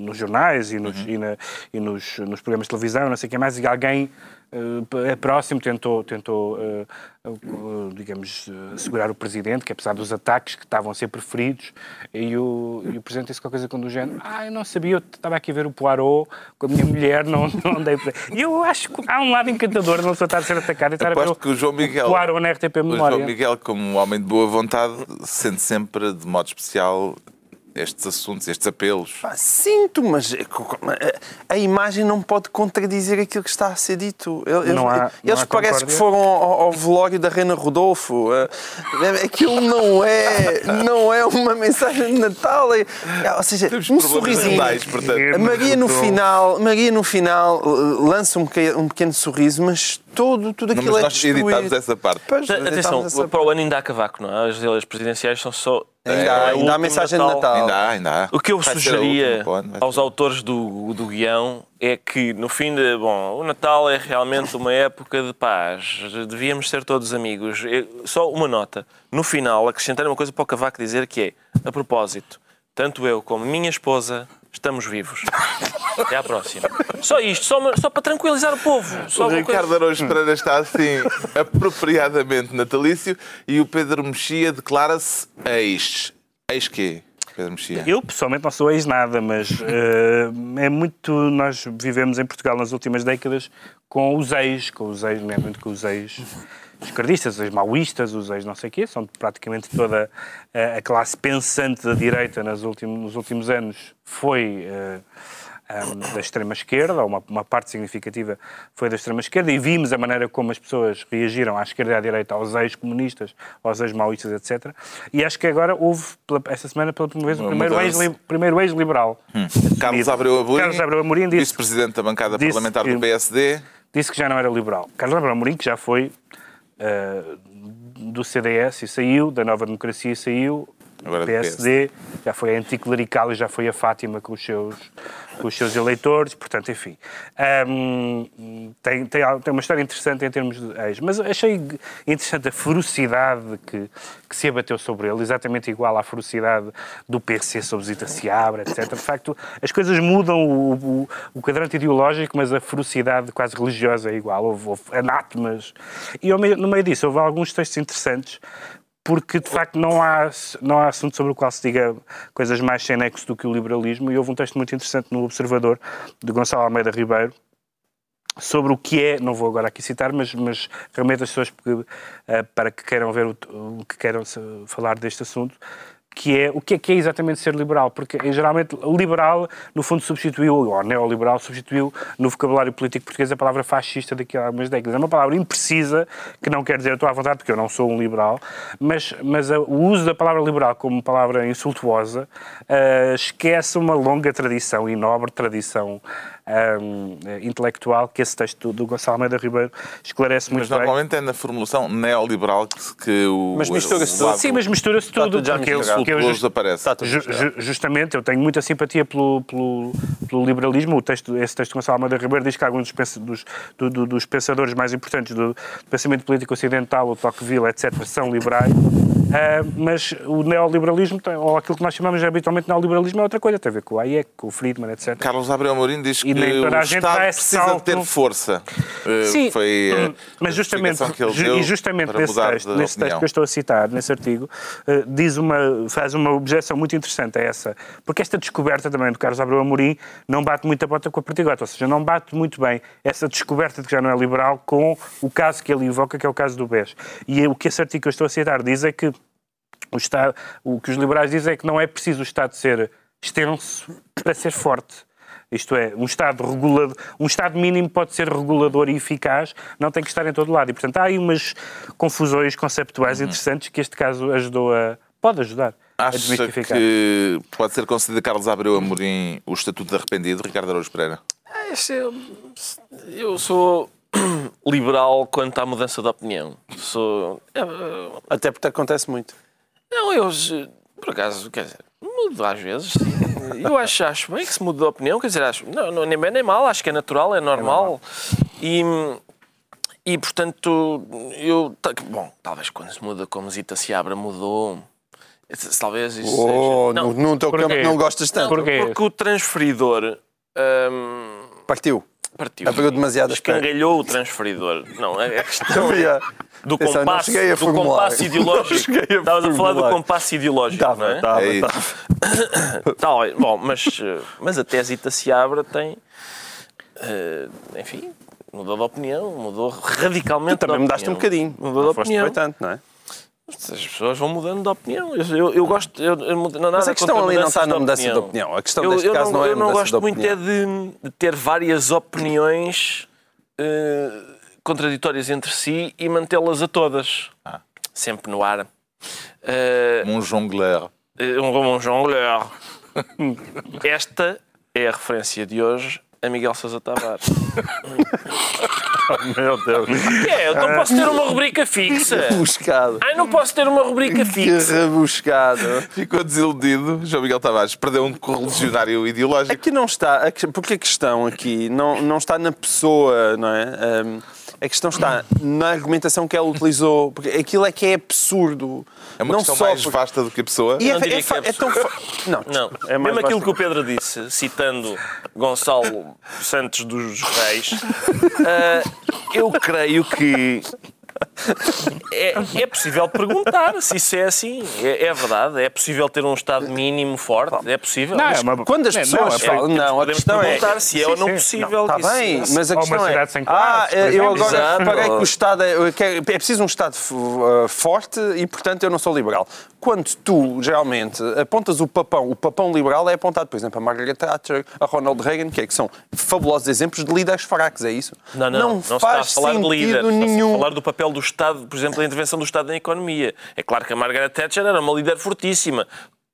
nos jornais e, nos,
Uhum.
e, na- e nos, nos programas de televisão, não sei o que mais, e alguém eh, p- é próximo, tentou, tentou eh, eh, digamos, eh, segurar o Presidente, que apesar dos ataques que estavam a ser preferidos, e o, e o Presidente disse qualquer coisa com do género, ah, eu não sabia, eu estava aqui a ver o Poirot com a minha mulher, não, não dei para... E eu acho que há um lado encantador de uma pessoa estar a ser atacada e estar a ver
Aposto
o
que o João Miguel-
Poirot na RTP
O
Memória.
João Miguel, como um homem de boa vontade, sente sempre, de modo especial, estes assuntos, estes apelos.
Pá, Sinto, mas é co- co- a imagem não pode contradizer aquilo que está a ser dito. Eles,
Não há- não
eles
há
parecem que
concórdia.
foram ao, ao velório da Reina Rodolfo. Eh, Aquilo não é, não é uma mensagem de Natal. É- Ou seja,
Temos
um
problemas
sorrisinho.
mentais, portanto.
É.
A Maria no
Rodolfo.
final, Maria no final eh, lança um pequeno, um pequeno sorriso, mas todo, tudo
Não,
aquilo
mas
é
nós
destruído.
editámos essa parte.
Pois,
Atenção,
editámos essa-
para o ano ainda há cavaco, não é? As eleições presidenciais são só.
Ainda há-
é o
ainda há
último
mensagem de Natal.
Ainda há, ainda há.
O que eu
Vai ser a
sugeria
última, pode, vai ser.
aos autores do, do guião é que, no fim de. Bom, o Natal é realmente uma época de paz. Devíamos ser todos amigos. Eu- Só uma nota. No final, acrescentar uma coisa para o Cavaco dizer que é: a propósito, tanto eu como minha esposa estamos vivos. Até à próxima. Só isto, só, uma- só para tranquilizar o povo. Só
O
uma
Ricardo
coisa.
Hum.
Araújo Pereira está assim apropriadamente natalício e o Pedro Mexia declara-se ex. Ex quê, Pedro Mexia?
Eu pessoalmente não sou ex nada, mas eh, é muito. Nós vivemos em Portugal nas últimas décadas com os ex, com os ex, nomeadamente com os ex esquerdistas, os ex maoístas, os ex não sei o quê, são praticamente toda eh, a classe pensante da direita nas últim- nos últimos anos foi. eh, ahm, da extrema-esquerda, ou uma, uma parte significativa foi da extrema-esquerda, e vimos a maneira como as pessoas reagiram à esquerda e à direita, aos ex-comunistas, aos ex-maoístas, etc. E acho que agora houve, pela- esta semana, pela primeira vez, o
Uma
primeiro
mudança. Hum.
ex-li- primeiro ex-liberal.
Carlos Abreu Amorim,
Carlos Abreu Amorim disse-
vice-presidente da bancada
disse
parlamentar
que-
do PSD.
disse que já não era liberal. Carlos Abreu Amorim, que já foi eh, do CDS e saiu, da Nova Democracia e saiu,
Agora do
PSD, já foi anticlerical e já foi a Fátima com os seus, com os seus eleitores, portanto, enfim. Ahm, tem, tem, al- tem uma história interessante em termos de ex, mas achei interessante a ferocidade que, que se abateu sobre ele, exatamente igual à ferocidade do PC sobre Zita Seabra, etc. De facto, as coisas mudam o, o, o quadrante ideológico, mas a ferocidade quase religiosa é igual, houve, houve anátemas. E ao meio- no meio disso houve alguns textos interessantes, porque de facto não há, não há assunto sobre o qual se diga coisas mais sem nexo do que o liberalismo. E houve um texto muito interessante no Observador, de Gonçalo Almeida Ribeiro, sobre o que é, não vou agora aqui citar, mas, mas realmente as pessoas que, eh, para que queiram ver o, o que queiram se- falar deste assunto, que é o que é que é exatamente ser liberal, porque eh, geralmente liberal no fundo substituiu, ou neoliberal substituiu no vocabulário político português a palavra fascista daqui a algumas décadas. É uma palavra imprecisa, que não quer dizer eu estou à vontade porque eu não sou um liberal, mas, mas eh, o uso da palavra liberal como palavra insultuosa eh, esquece uma longa tradição e nobre tradição hum, intelectual que esse texto do Gonçalo Almeida Ribeiro esclarece
Mas
muito bem.
normalmente é na formulação neoliberal que, que o.
Mas mistura-se
o
tudo.
lado
Sim, mas mistura-se
Está
tudo.
é
tudo já
porque eu-
misturado.
porque eu
Tudo
just-
desaparece.
Está tudo
ju- ju- justamente, eu tenho muita simpatia pelo, pelo, pelo liberalismo. O texto, esse texto de Gonçalo Almeida Ribeiro diz que alguns dos, pens- dos, do- do- dos pensadores mais importantes do, do pensamento político ocidental, o Tocqueville, etc., são liberais. Ah, mas o neoliberalismo, tem- ou aquilo que nós chamamos habitualmente de neoliberalismo, é outra coisa. Tem a ver com o Hayek, com o Friedman, etc.
Carlos Abreu Mourinho diz que
E nem toda
o
a gente
Estado
dá esse
precisa de
salto.
ter força. Eh,
Sim,
foi eh,
hum, mas
a
justamente,
explicação que ele
ju-
deu
e justamente
para
nesse
mudar
texto,
de
nesse texto
opinião.
que eu estou a citar, nesse artigo, eh, diz uma, faz uma objeção muito interessante a essa, porque esta descoberta também do Carlos Abreu Amorim não bate muito a bota com a perdigota, ou seja, não bate muito bem essa descoberta de que já não é liberal com o caso que ele invoca, que é o caso do BES. E o que esse artigo que eu estou a citar diz é que o, Estado, o que os liberais dizem é que não é preciso o Estado ser extenso para ser forte. Isto é, um Estado, regulado, um Estado mínimo pode ser regulador e eficaz, não tem que estar em todo lado. E, portanto, há aí umas confusões conceptuais interessantes que este caso ajudou a. pode ajudar a
Acha
desmistificar.
que pode ser concedido a Carlos Abreu Amorim o estatuto de arrependido, Ricardo Araújo Pereira?
Ah, isso Eu, eu sou liberal quanto à mudança de opinião. Sou. é, eu-
Até porque acontece muito.
Não, eu, se- por acaso, quer dizer, mudo às vezes. sim. Eu acho, acho bem que se mude de opinião, quer dizer, acho, não, não, nem bem nem mal, acho que é natural, é normal.
É
E, e portanto, eu, ta- bom, talvez quando se muda como Zita se abra, mudou. Se- Talvez isso
Oh,
seja. Não,
não, não, teu
Porquê?
campo não gostas tanto.
Porquê?
porque o transferidor hum,
Partiu.
partiu.
Abriu Ah, demasiado as pernas.
Escangalhou o transferidor. Não, é a questão
Então, yeah.
do
Atenção, não
compasso,
cheguei a
do
formular.
compasso
Não
ideológico.
cheguei a
Estavas a falar do
formular.
compasso ideológico, não
Estava,
é?
estava,
É isso.
estava.
Tá, olha, bom, mas, eh, mas a tesita se abre tem. eh, enfim, mudou de opinião, mudou radicalmente.
Tu também
de
mudaste um
opinião.
bocadinho.
Mudou de
Não foste
opinião.
bem tanto, não é?
As pessoas vão mudando de opinião. Eu, eu, eu gosto. Eu, eu, mudo- não, nada
Mas a questão
contra
ali não
mudanças
está na
de
mudança de opinião. A questão
eu,
deste
eu
caso
não,
não é a
Eu não
mudança de
gosto muito é
opinião.
de, de ter várias opiniões eh, contraditórias entre si e mantê-las a todas.
Ah.
Sempre no ar. Eh,
Um jongleur.
eh, um Romão jongleur. Esta é a referência de hoje a Miguel Sousa Tavares.
Meu Deus.
Que é? Eu não posso ter uma rubrica fixa.
Buscado.
Ai, não posso ter uma rubrica
Que
fixa.
rebuscado.
Ficou desiludido, João Miguel Tavares. Perdeu um correligionário ideológico.
Aqui não está, a que- porque a questão aqui não, não está na pessoa, não é? Ahm, a questão está na argumentação que ela utilizou, porque aquilo é que é absurdo.
É uma
não
questão
só
mais
porque-
vasta do que a pessoa.
E é,
Não
fa-
diria
é, fa-
que é
é tão fa- Não,
Não,
é mais
mesmo aquilo
vasta.
que o Pedro disse, citando Gonçalo Santos dos Reis, ah, eu creio que é, é possível perguntar se isso é assim. É, é verdade, é possível ter um Estado mínimo forte, é possível.
Não,
Mas
é uma-
Quando as
não,
pessoas
é
é,
falam, não, a
podemos
questão é.
perguntar se é
Sim,
ou não
sim.
possível.
Está
que isso-
Tá bem, mas a
Ou uma
questão é.
cidade sem
Ah,
classes, por
eu
exemplo.
agora
Tá Exato.
reparei que o Estado. É, eu quero- é preciso um Estado f- uh, forte e, portanto, eu não sou liberal. Quando tu, geralmente, apontas o papão, o papão liberal é apontado, por exemplo, a Margaret Thatcher, a Ronald Reagan, que é que são fabulosos exemplos de líderes fracos, é isso?
Não, não, não, se está a
faz
falar de
sentido
líder, está a
nenhum.
falar do papel do Estado, por exemplo, da intervenção do Estado na economia. É claro que a Margaret Thatcher era uma líder fortíssima.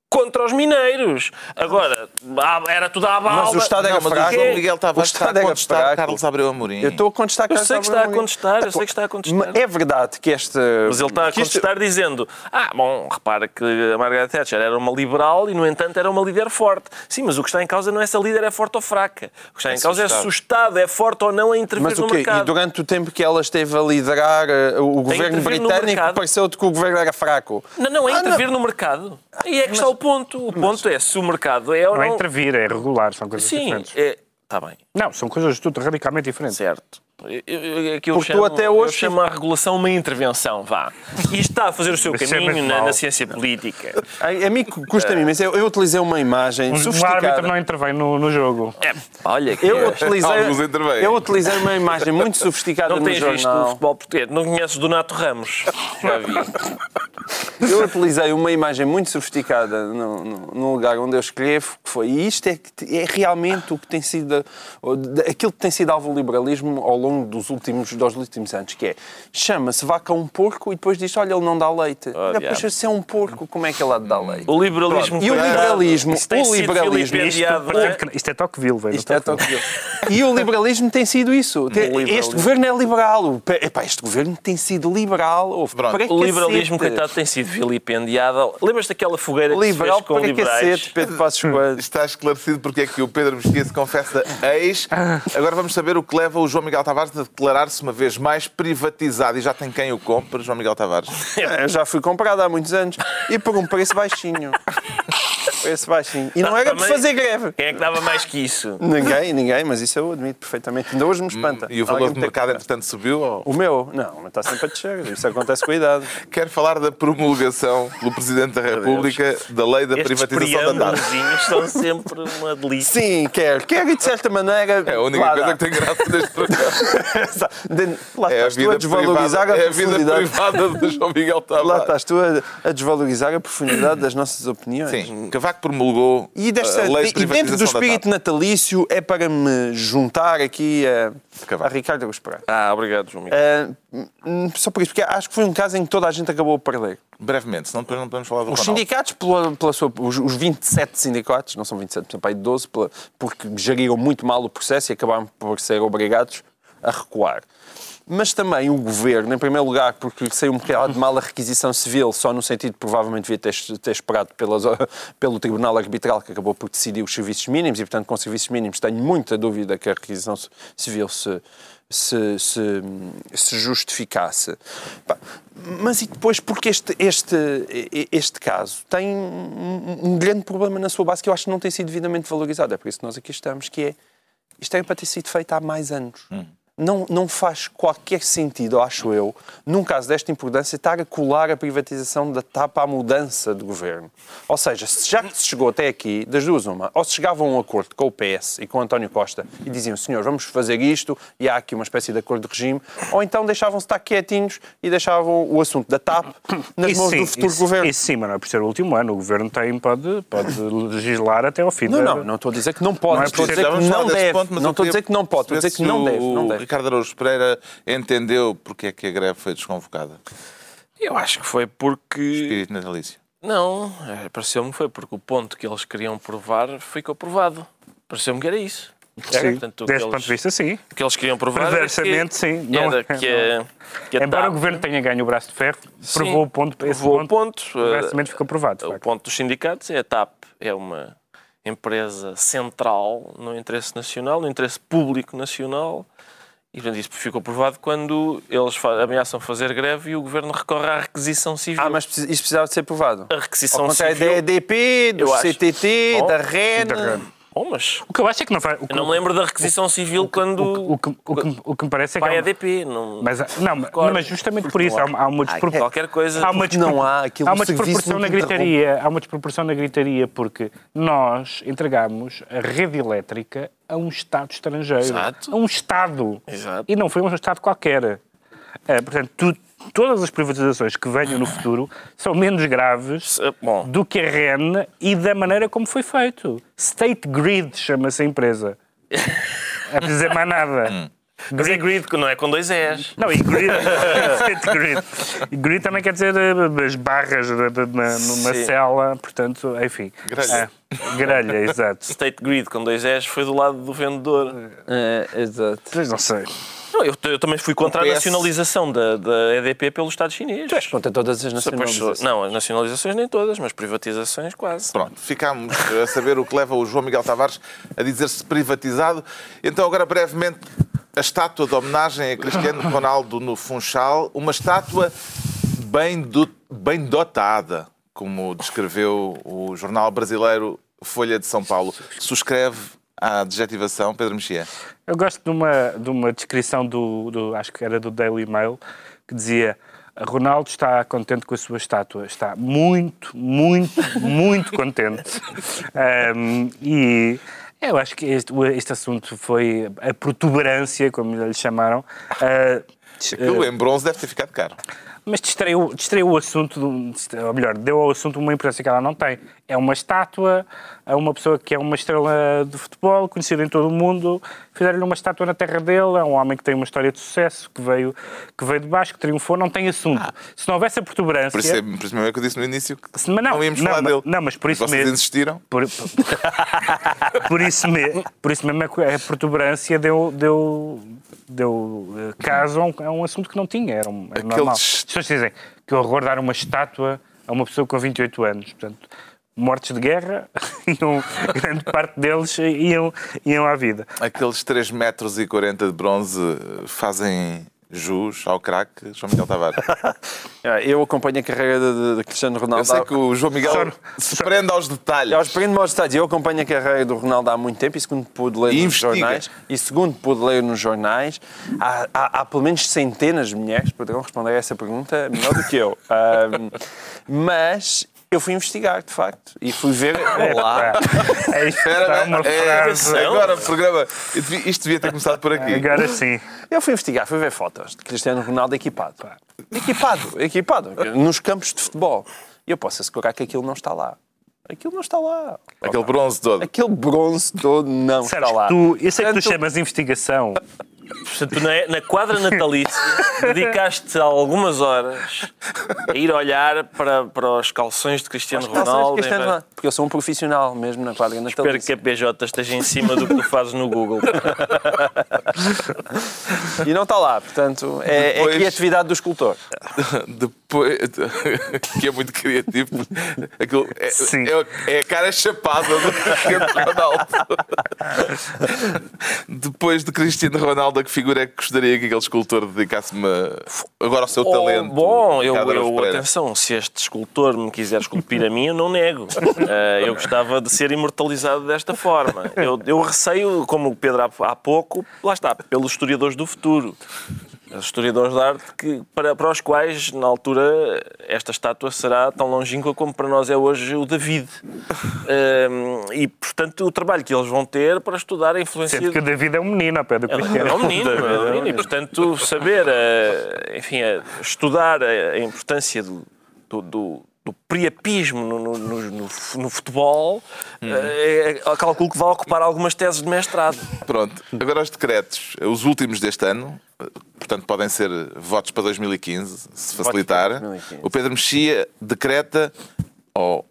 Contra os mineiros. Agora, à- era tudo à balda.
Mas o Estado é era
Não, mas é- o
fraco.
João Miguel Tavares
O
está
Estado
a
era
contestar
fraco.
Carlos Abreu Amorim.
Eu estou a contestar
Eu
Carlos
sei que está a
Amorim.
contestar, eu sei que está a contestar.
É verdade que este.
Mas ele está a
que este-
contestar dizendo: Ah, bom, repara que a Margaret Thatcher era uma liberal e, no entanto, era uma líder forte. Sim, mas o que está em causa não é se a líder é forte ou fraca. O que está em causa é se o Estado é forte ou não a intervir
Mas o
no
quê? E
mercado.
durante o tempo que ela esteve a liderar eh, o governo
intervir no
britânico,
mercado.
pareceu-te que o governo era fraco.
Não, não, é
Ah,
intervir no mercado. E é que está o ponto. O ponto é se o mercado é ou
Não
não.
é intervir, é regular, são coisas
Sim,
diferentes.
está bem,
Não, são coisas tudo radicalmente diferentes.
certo. Eu, eu, eu- é que eu
Porque tu
chamo,
até
eu
hoje-
chamo a regulação uma intervenção, vá. E está a fazer o seu
Mas isso é
caminho
muito
na,
mau.
na ciência política.
A, a mim custa-me imenso. Eu, eu utilizei uma imagem
Um, um
sofisticada.
árbitro não intervém no, no jogo.
É, olha que
Eu
é.
Alguns
utilizei,
intervêm.
eu utilizei uma imagem muito sofisticada
Não
no
tens visto o
jornal.
futebol português. Não conheces Donato Ramos. Já vi.
Eu utilizei uma imagem muito sofisticada no, no- no lugar onde eu escrevo, que foi e isto é, que- é realmente o que tem sido o- de- aquilo que tem sido alvo do liberalismo ao longo dos últimos, dos últimos anos, que é chama-se vaca um porco e depois diz, olha, ele não dá leite. Olha,
Oh, diabo.
poxa, se é um porco, como é que ele há de dar leite?
O liberalismo.
E o
cuidado.
liberalismo,
Isso tem
o
sido
liberalismo,
vilipendiado, não é?
Portanto, que- Isto é Tocqueville, velho.
Isto é Tokyo. E o liberalismo tem sido isso. Tem-
Um liberalismo.
Este governo é liberal. O pe- epá, este governo tem sido liberal. Houve
Pronto.
para
O liberalismo,
cacete.
coitado, tem sido vilipendiado. Lembras daquela fogueira que se fez
Liberal
com
para é
liberais?
cacete, Pedro Passos Coelho.
Está esclarecido porque é que o Pedro Mexia se confessa ex. Agora vamos saber o que leva o João Miguel Tavares a declarar-se uma vez mais privatizado. E já tem quem o compre, João Miguel Tavares.
Eu É, já fui comprado há muitos anos e por um preço baixinho. preço baixinho. E
Tá,
não era por
Também-
fazer greve.
Quem é que dava mais que isso?
Ninguém, ninguém, mas isso eu admito perfeitamente. Ainda hoje me espanta.
Hum, E o valor
Alguém
de
ter-
mercado, entretanto, subiu? ou-
O meu? Não, mas está sempre a descer. Isso acontece com a idade.
Quero falar da promulgação do Presidente da República da lei da
Estes
privatização da TAP.
preâmbulozinhos são sempre uma delícia.
Sim, quero. Quero e de certa maneira.
É a única
lá
coisa
dá.
que tem graça neste programa.
Exato. De- Lá
É a
estás tu a
vida
desvalorizar
privada, é
a
a vida
profundidade.
privada de João Miguel
Lá
Tavares.
estás tu a, a desvalorizar a profundidade das nossas opiniões.
Sim, Cavaco promulgou
E,
a
desta,
lei de
e dentro
privatização
do
da
espírito
TAP.
natalício é para me juntar aqui a,
Cavaco.
a Ricardo Augusto Pereira.
Ah, obrigado, João Miguel.
Ah, hum, só por isso, porque acho que foi um caso em que toda a gente acabou a perder.
Brevemente, senão depois não podemos falar do
Os
Ronaldo.
sindicatos, pela, pela sua, os, os 27 sindicatos, não são 27, são para aí 12, pela- porque geriram muito mal o processo e acabaram por ser obrigados a recuar. Mas também o governo, em primeiro lugar, porque saiu um bocado de mal a requisição civil, só no sentido de provavelmente devia ter, ter esperado pelas, pelo Tribunal Arbitral que acabou por decidir os serviços mínimos e, portanto, com serviços mínimos tenho muita dúvida que a requisição ci- civil se, se, se, se justificasse. Pá, Mas e depois, porque este, este, e- este caso tem um, um grande problema na sua base que eu acho que não tem sido devidamente valorizado. É por isso que nós aqui estamos, que é isto era para ter sido feito há mais anos.
Hum.
Não, não faz qualquer sentido, acho eu, num caso desta importância, estar a colar a privatização da TAP à mudança de governo. Ou seja, se já que se chegou até aqui, das duas uma, ou se chegava a um acordo com o PS e com António Costa e diziam, senhor, vamos fazer isto e há aqui uma espécie de acordo de regime, ou então deixavam-se estar quietinhos e deixavam o assunto da TAP nas
Isso
mãos
sim,
do futuro
isso-
governo.
Isso sim, mas não é por ser o último ano. O governo tem, pode, pode legislar até ao fim.
Não,
da-
não, não estou a dizer que não pode,
Não é
estou a
preciso.
Já
dizer que
vamos falar
não
desse
deve.
ponto, mas
não
eu
estou a
queria
dizer que não pode, estou a dizer
perceber
que não
se
deve. Não
O
deve.
Ricardo Araújo Pereira entendeu porque é que a greve foi desconvocada.
Eu acho que foi porque.
Espírito natalício.
Não, eh, pareceu-me que foi porque o ponto que eles queriam provar ficou provado. Pareceu-me que era isso.
Sim,
Portanto, o que
desse
eles-
ponto de vista, sim.
O que eles queriam provar era que-
Perversamente, sim. Não- é.
era que, a- que a
Embora
TAP
o governo tenha ganho o braço de ferro,
né? Sim,
provou o ponto. Esse
provou o
ponto,
ponto,
perversamente
eh,
ficou provado. de
O
facto.
ponto dos sindicatos é a TAP, é uma empresa central no interesse nacional, no interesse público nacional, e portanto, isso ficou provado quando eles fa- ameaçam fazer greve e o governo recorre à requisição civil.
Ah, mas precisa- isso precisava de ser provado. é
A requisição
Ao contrário
civil-
da EDP, do
Eu acho.
CTT,
Oh,
da REN.
da REN.
Oh, mas
O que eu acho é que não vai. O que,
eu não me lembro da requisição civil quando
o que, o que, o que me parece é que.
vai
é
a
um-
DP. Não...
Mas, ah, não, mas-
Concordo.
mas justamente por isso há uma, há uma despropor-
Ah, qualquer coisa-
Há uma,
Porque não
despropor-
há, aquilo
há uma
do serviço
desproporção na
nunca interrompe.
gritaria. Há uma desproporção na gritaria porque nós entregamos a rede elétrica a um Estado estrangeiro.
Exato.
A um Estado.
Exato.
E não foi um Estado qualquer. Ah, portanto, tu- todas as privatizações que venham no futuro são menos graves
Ah, bom.
do que a REN e da maneira como foi feito. State Grid chama-se a empresa. É preciso dizer mais nada.
Mas é grid, que não é com dois E's.
Não, e grid, sente grid. E grid também quer dizer eh, as barras de- de- na- numa
Sim.
cela, portanto, enfim.
Grelha.
Ah, grelha, exato.
State Grid com dois E's foi do lado do vendedor.
É, exato.
Pois não sei.
Não, eu, eu também fui contra a
PS.
nacionalização da, da EDP pelo Estado chinês.
Conta é todas as
Só para as pessoas-
nacionalidades.
Não, as nacionalizações nem todas, mas privatizações quase.
Pronto, ficámos a saber o que leva o João Miguel Tavares a dizer-se privatizado. Então, agora brevemente, a estátua de homenagem a Cristiano Ronaldo no Funchal, uma estátua bem, do- bem dotada, como descreveu o jornal brasileiro Folha de São Paulo. Subscreve a adjetivação, Pedro Mexia.
Eu gosto de uma, de uma descrição do, do- acho que era do Daily Mail, que dizia Ronaldo está contente com a sua estátua. Está muito, muito, muito contente. Ahm, e eu acho que este, este assunto foi a protuberância, como lhe chamaram. ah,
Aquilo em bronze deve ter ficado caro.
Mas distraiu, distraiu o assunto, de um- ou melhor, deu ao assunto uma importância que ela não tem. É uma estátua a uma pessoa que é uma estrela de futebol, conhecida em todo o mundo. Fizeram-lhe uma estátua na terra dele, é um homem que tem uma história de sucesso, que veio, que veio de baixo, que triunfou, não tem assunto. Se não houvesse a protuberância...
Ah. Por isso, é, por isso mesmo é que eu disse no início que
Se- mas não,
íamos
não,
falar
mas-
dele.
não, mas por isso
Vocês
mesmo-
insistiram.
Por, por- por isso me, por isso mesmo é que a protuberância deu, deu, deu eh, caso a um, a um assunto que não tinha. Era um, era
Aqueles-
normal. As pessoas dizem que horror dar uma estátua a uma pessoa com 28 anos. Portanto, mortes de guerra, iam- grande parte deles iam, iam à vida.
Aqueles 3 metros e 40 de bronze eh, fazem jus ao craque João Miguel Tavares.
Ah, Eu acompanho a carreira de, de- de Cristiano Ronaldo.
Eu sei que o João Miguel
Só-
se prende aos
Eu
detalhes.
aprendo-me aos detalhes. Eu acompanho a carreira do Ronaldo há muito tempo e segundo pude ler
E
nos
investiga.
jornais, e segundo pude ler nos jornais, há, há- há pelo menos centenas de mulheres que poderão responder a essa pergunta melhor do que eu. Ahm, mas eu fui investigar, de facto, e fui ver. Olá!
É isto, está
Espera,
uma
é,
frase.
agora o programa. eu devia- Isto devia ter começado por aqui.
Agora sim.
Eu fui investigar, fui ver fotos de Cristiano Ronaldo equipado. Equipado, equipado, nos campos de futebol. E eu posso assegurar que aquilo não está lá. Aquilo não está lá.
Aquele bronze todo.
Aquele bronze todo não
Sabes,
está lá.
tu, eu sei que tu
Portanto,
chamas de investigação.
Portanto, na, na quadra natalícia, dedicaste algumas horas a ir olhar para, para os calções de Cristiano
Não, sabes
Ronaldo.
que isto é
em-
verdade, Porque eu sou um profissional mesmo na quadra
Espero que é
natalícia.
a PJ esteja em cima do que tu fazes no Google.
assim. E não está lá, portanto, é,
Depois-
é a criatividade do escultor.
Depois. que é muito criativo. Aquilo é,
Sim.
é- é a cara chapada do Cristiano Ronaldo. Depois de Cristiano Ronaldo, a que figura é que gostaria que aquele escultor dedicasse-me agora ao seu
Oh,
talento?
bom, eu,
Ricardo Araújo
eu
Pereira?
atenção, se este escultor me quiser esculpir a mim, eu não nego. Eh, eu gostava de ser imortalizado desta forma. Eu, eu receio, como o Pedro há, há pouco, lá está, pelos historiadores do futuro. Os historiadores da arte que, para, para os quais, na altura, esta estátua será tão longínqua como para nós é hoje o David. Eh, e, portanto, o trabalho que eles vão ter para estudar a influência
Sendo que o David é um menino ao pé do Cristiano.
é um menino, é um menino. E, portanto, saber, eh, enfim, eh, estudar a a importância do, do, do- do priapismo no, no- no- no f- no futebol, eh, é- calculo que vai ocupar algumas teses de mestrado.
Pronto, agora os decretos, os últimos deste ano, portanto podem ser votos para 2015, se facilitar.
2015.
O Pedro Mexia decreta ou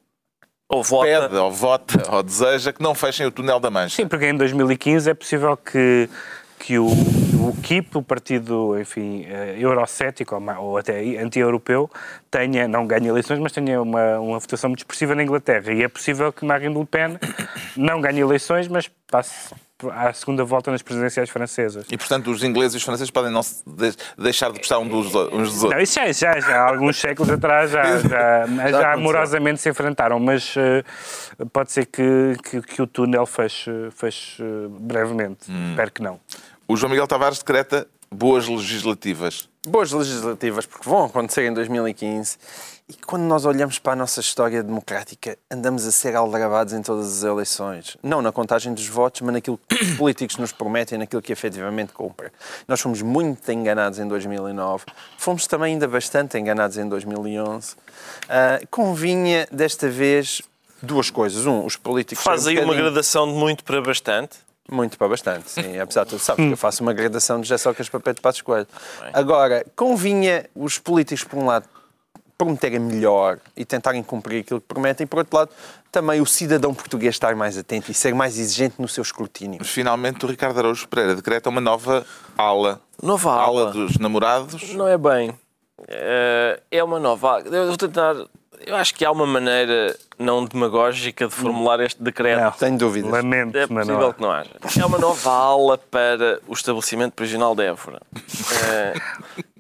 Ou vota.
pede, ou vota, ou deseja que não fechem o túnel da Mancha.
Sim, porque em 2015 é possível que, que o, o KIP, o partido enfim, eh, eurocético ou, ma- ou até anti-europeu, tenha, não ganhe eleições, mas tenha uma, uma votação muito expressiva na Inglaterra. E é possível que Marine Le Pen não ganhe eleições, mas passe à segunda volta nas presidenciais francesas.
E portanto os ingleses e os franceses podem não se de- deixar de gostar um dos o- uns dos
Não,
outros.
isso já, já, já há alguns séculos atrás já, já, já amorosamente se enfrentaram, mas eh, pode ser que, que, que o túnel feche, feche eh, brevemente. Espero que não.
O João Miguel Tavares decreta boas legislativas.
Boas legislativas, porque vão acontecer em 2015. E quando nós olhamos para a nossa história democrática, andamos a ser aldrabados em todas as eleições. Não na contagem dos votos, mas naquilo que os políticos nos prometem, naquilo que efetivamente cumprem. Nós fomos muito enganados em 2009, fomos também ainda bastante enganados em 2011. Ah, convinha, desta vez, duas coisas. Um, os políticos...
Faz aí
serem um
uma
bocadinho-
gradação de muito para bastante.
muito para bastante, sim. Apesar de tudo, sabes que eu faço uma gradação de José Sócrates para Pedro Passos Coelho. Agora, convinha os políticos, por um lado, prometerem melhor e tentarem cumprir aquilo que prometem, por outro lado, também o cidadão português estar mais atento e ser mais exigente no seu escrutínio.
Finalmente o Ricardo Araújo Pereira decreta uma nova ala.
Nova
A
ala.
ala dos namorados.
Não é bem. Eh, É uma nova. Eu vou tentar. Eu acho que há uma maneira não demagógica de formular este decreto.
Tenho dúvidas.
Lamento,
É
mas
possível
não há.
que não haja. É uma nova ala para o estabelecimento prisional de Évora, eh,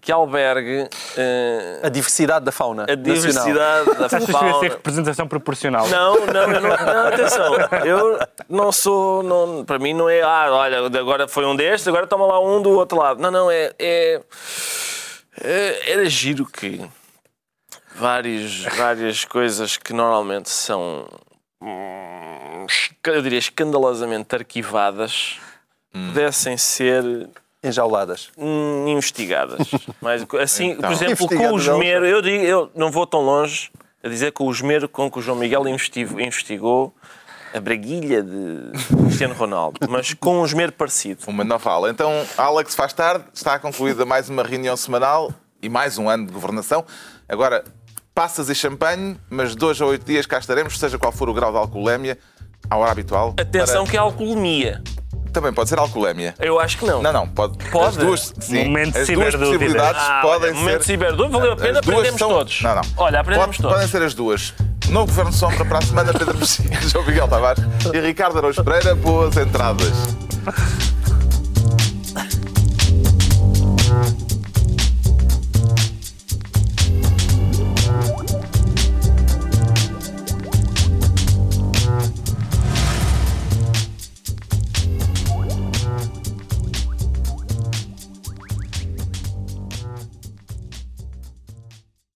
que albergue eh,
A diversidade da fauna.
a diversidade da
Achas que devia ser
fauna.
representação proporcional?
Não, não, eu não, não, atenção, eu não sou, não, para mim não é, ah, olha, agora foi um destes, agora toma lá um do outro lado. Não, não, é, é- é- era giro que vários, várias coisas que normalmente são, hum, eu diria, escandalosamente arquivadas, pudessem ser
enjauladas.
Hum, investigadas. Mas, assim,
Então.
por exemplo, com o
Investigadas,
Osmero, eu, digo, eu não vou tão longe a dizer que o Osmero com que o João Miguel investigou, investigou a braguilha de Cristiano Ronaldo, mas com um Osmero parecido.
Uma novela. Então, Alex, faz tarde, está concluída mais uma reunião semanal e mais um ano de governação. Agora, passas e champanhe, mas dois a oito dias cá estaremos, seja qual for o grau de alcoolemia, à hora habitual.
Atenção que é alcoolemia.
Para- Também pode ser alcoolemia.
Eu acho que não.
Não, não, pode.
Pode? Um
As duas, sim,
Momento
as duas
ciberdúvidas.
possibilidades
Ah,
podem
olha, momento
ser.
ciberdúvida, valeu a pena,
As duas
aprendemos
são-
todos.
Não, não.
Olha, aprendemos
Pode-
todos.
Podem ser as duas. Novo Governo de Sombra para a semana, Pedro Mexia, João Miguel Tavares e Ricardo Araújo Pereira. Boas entradas.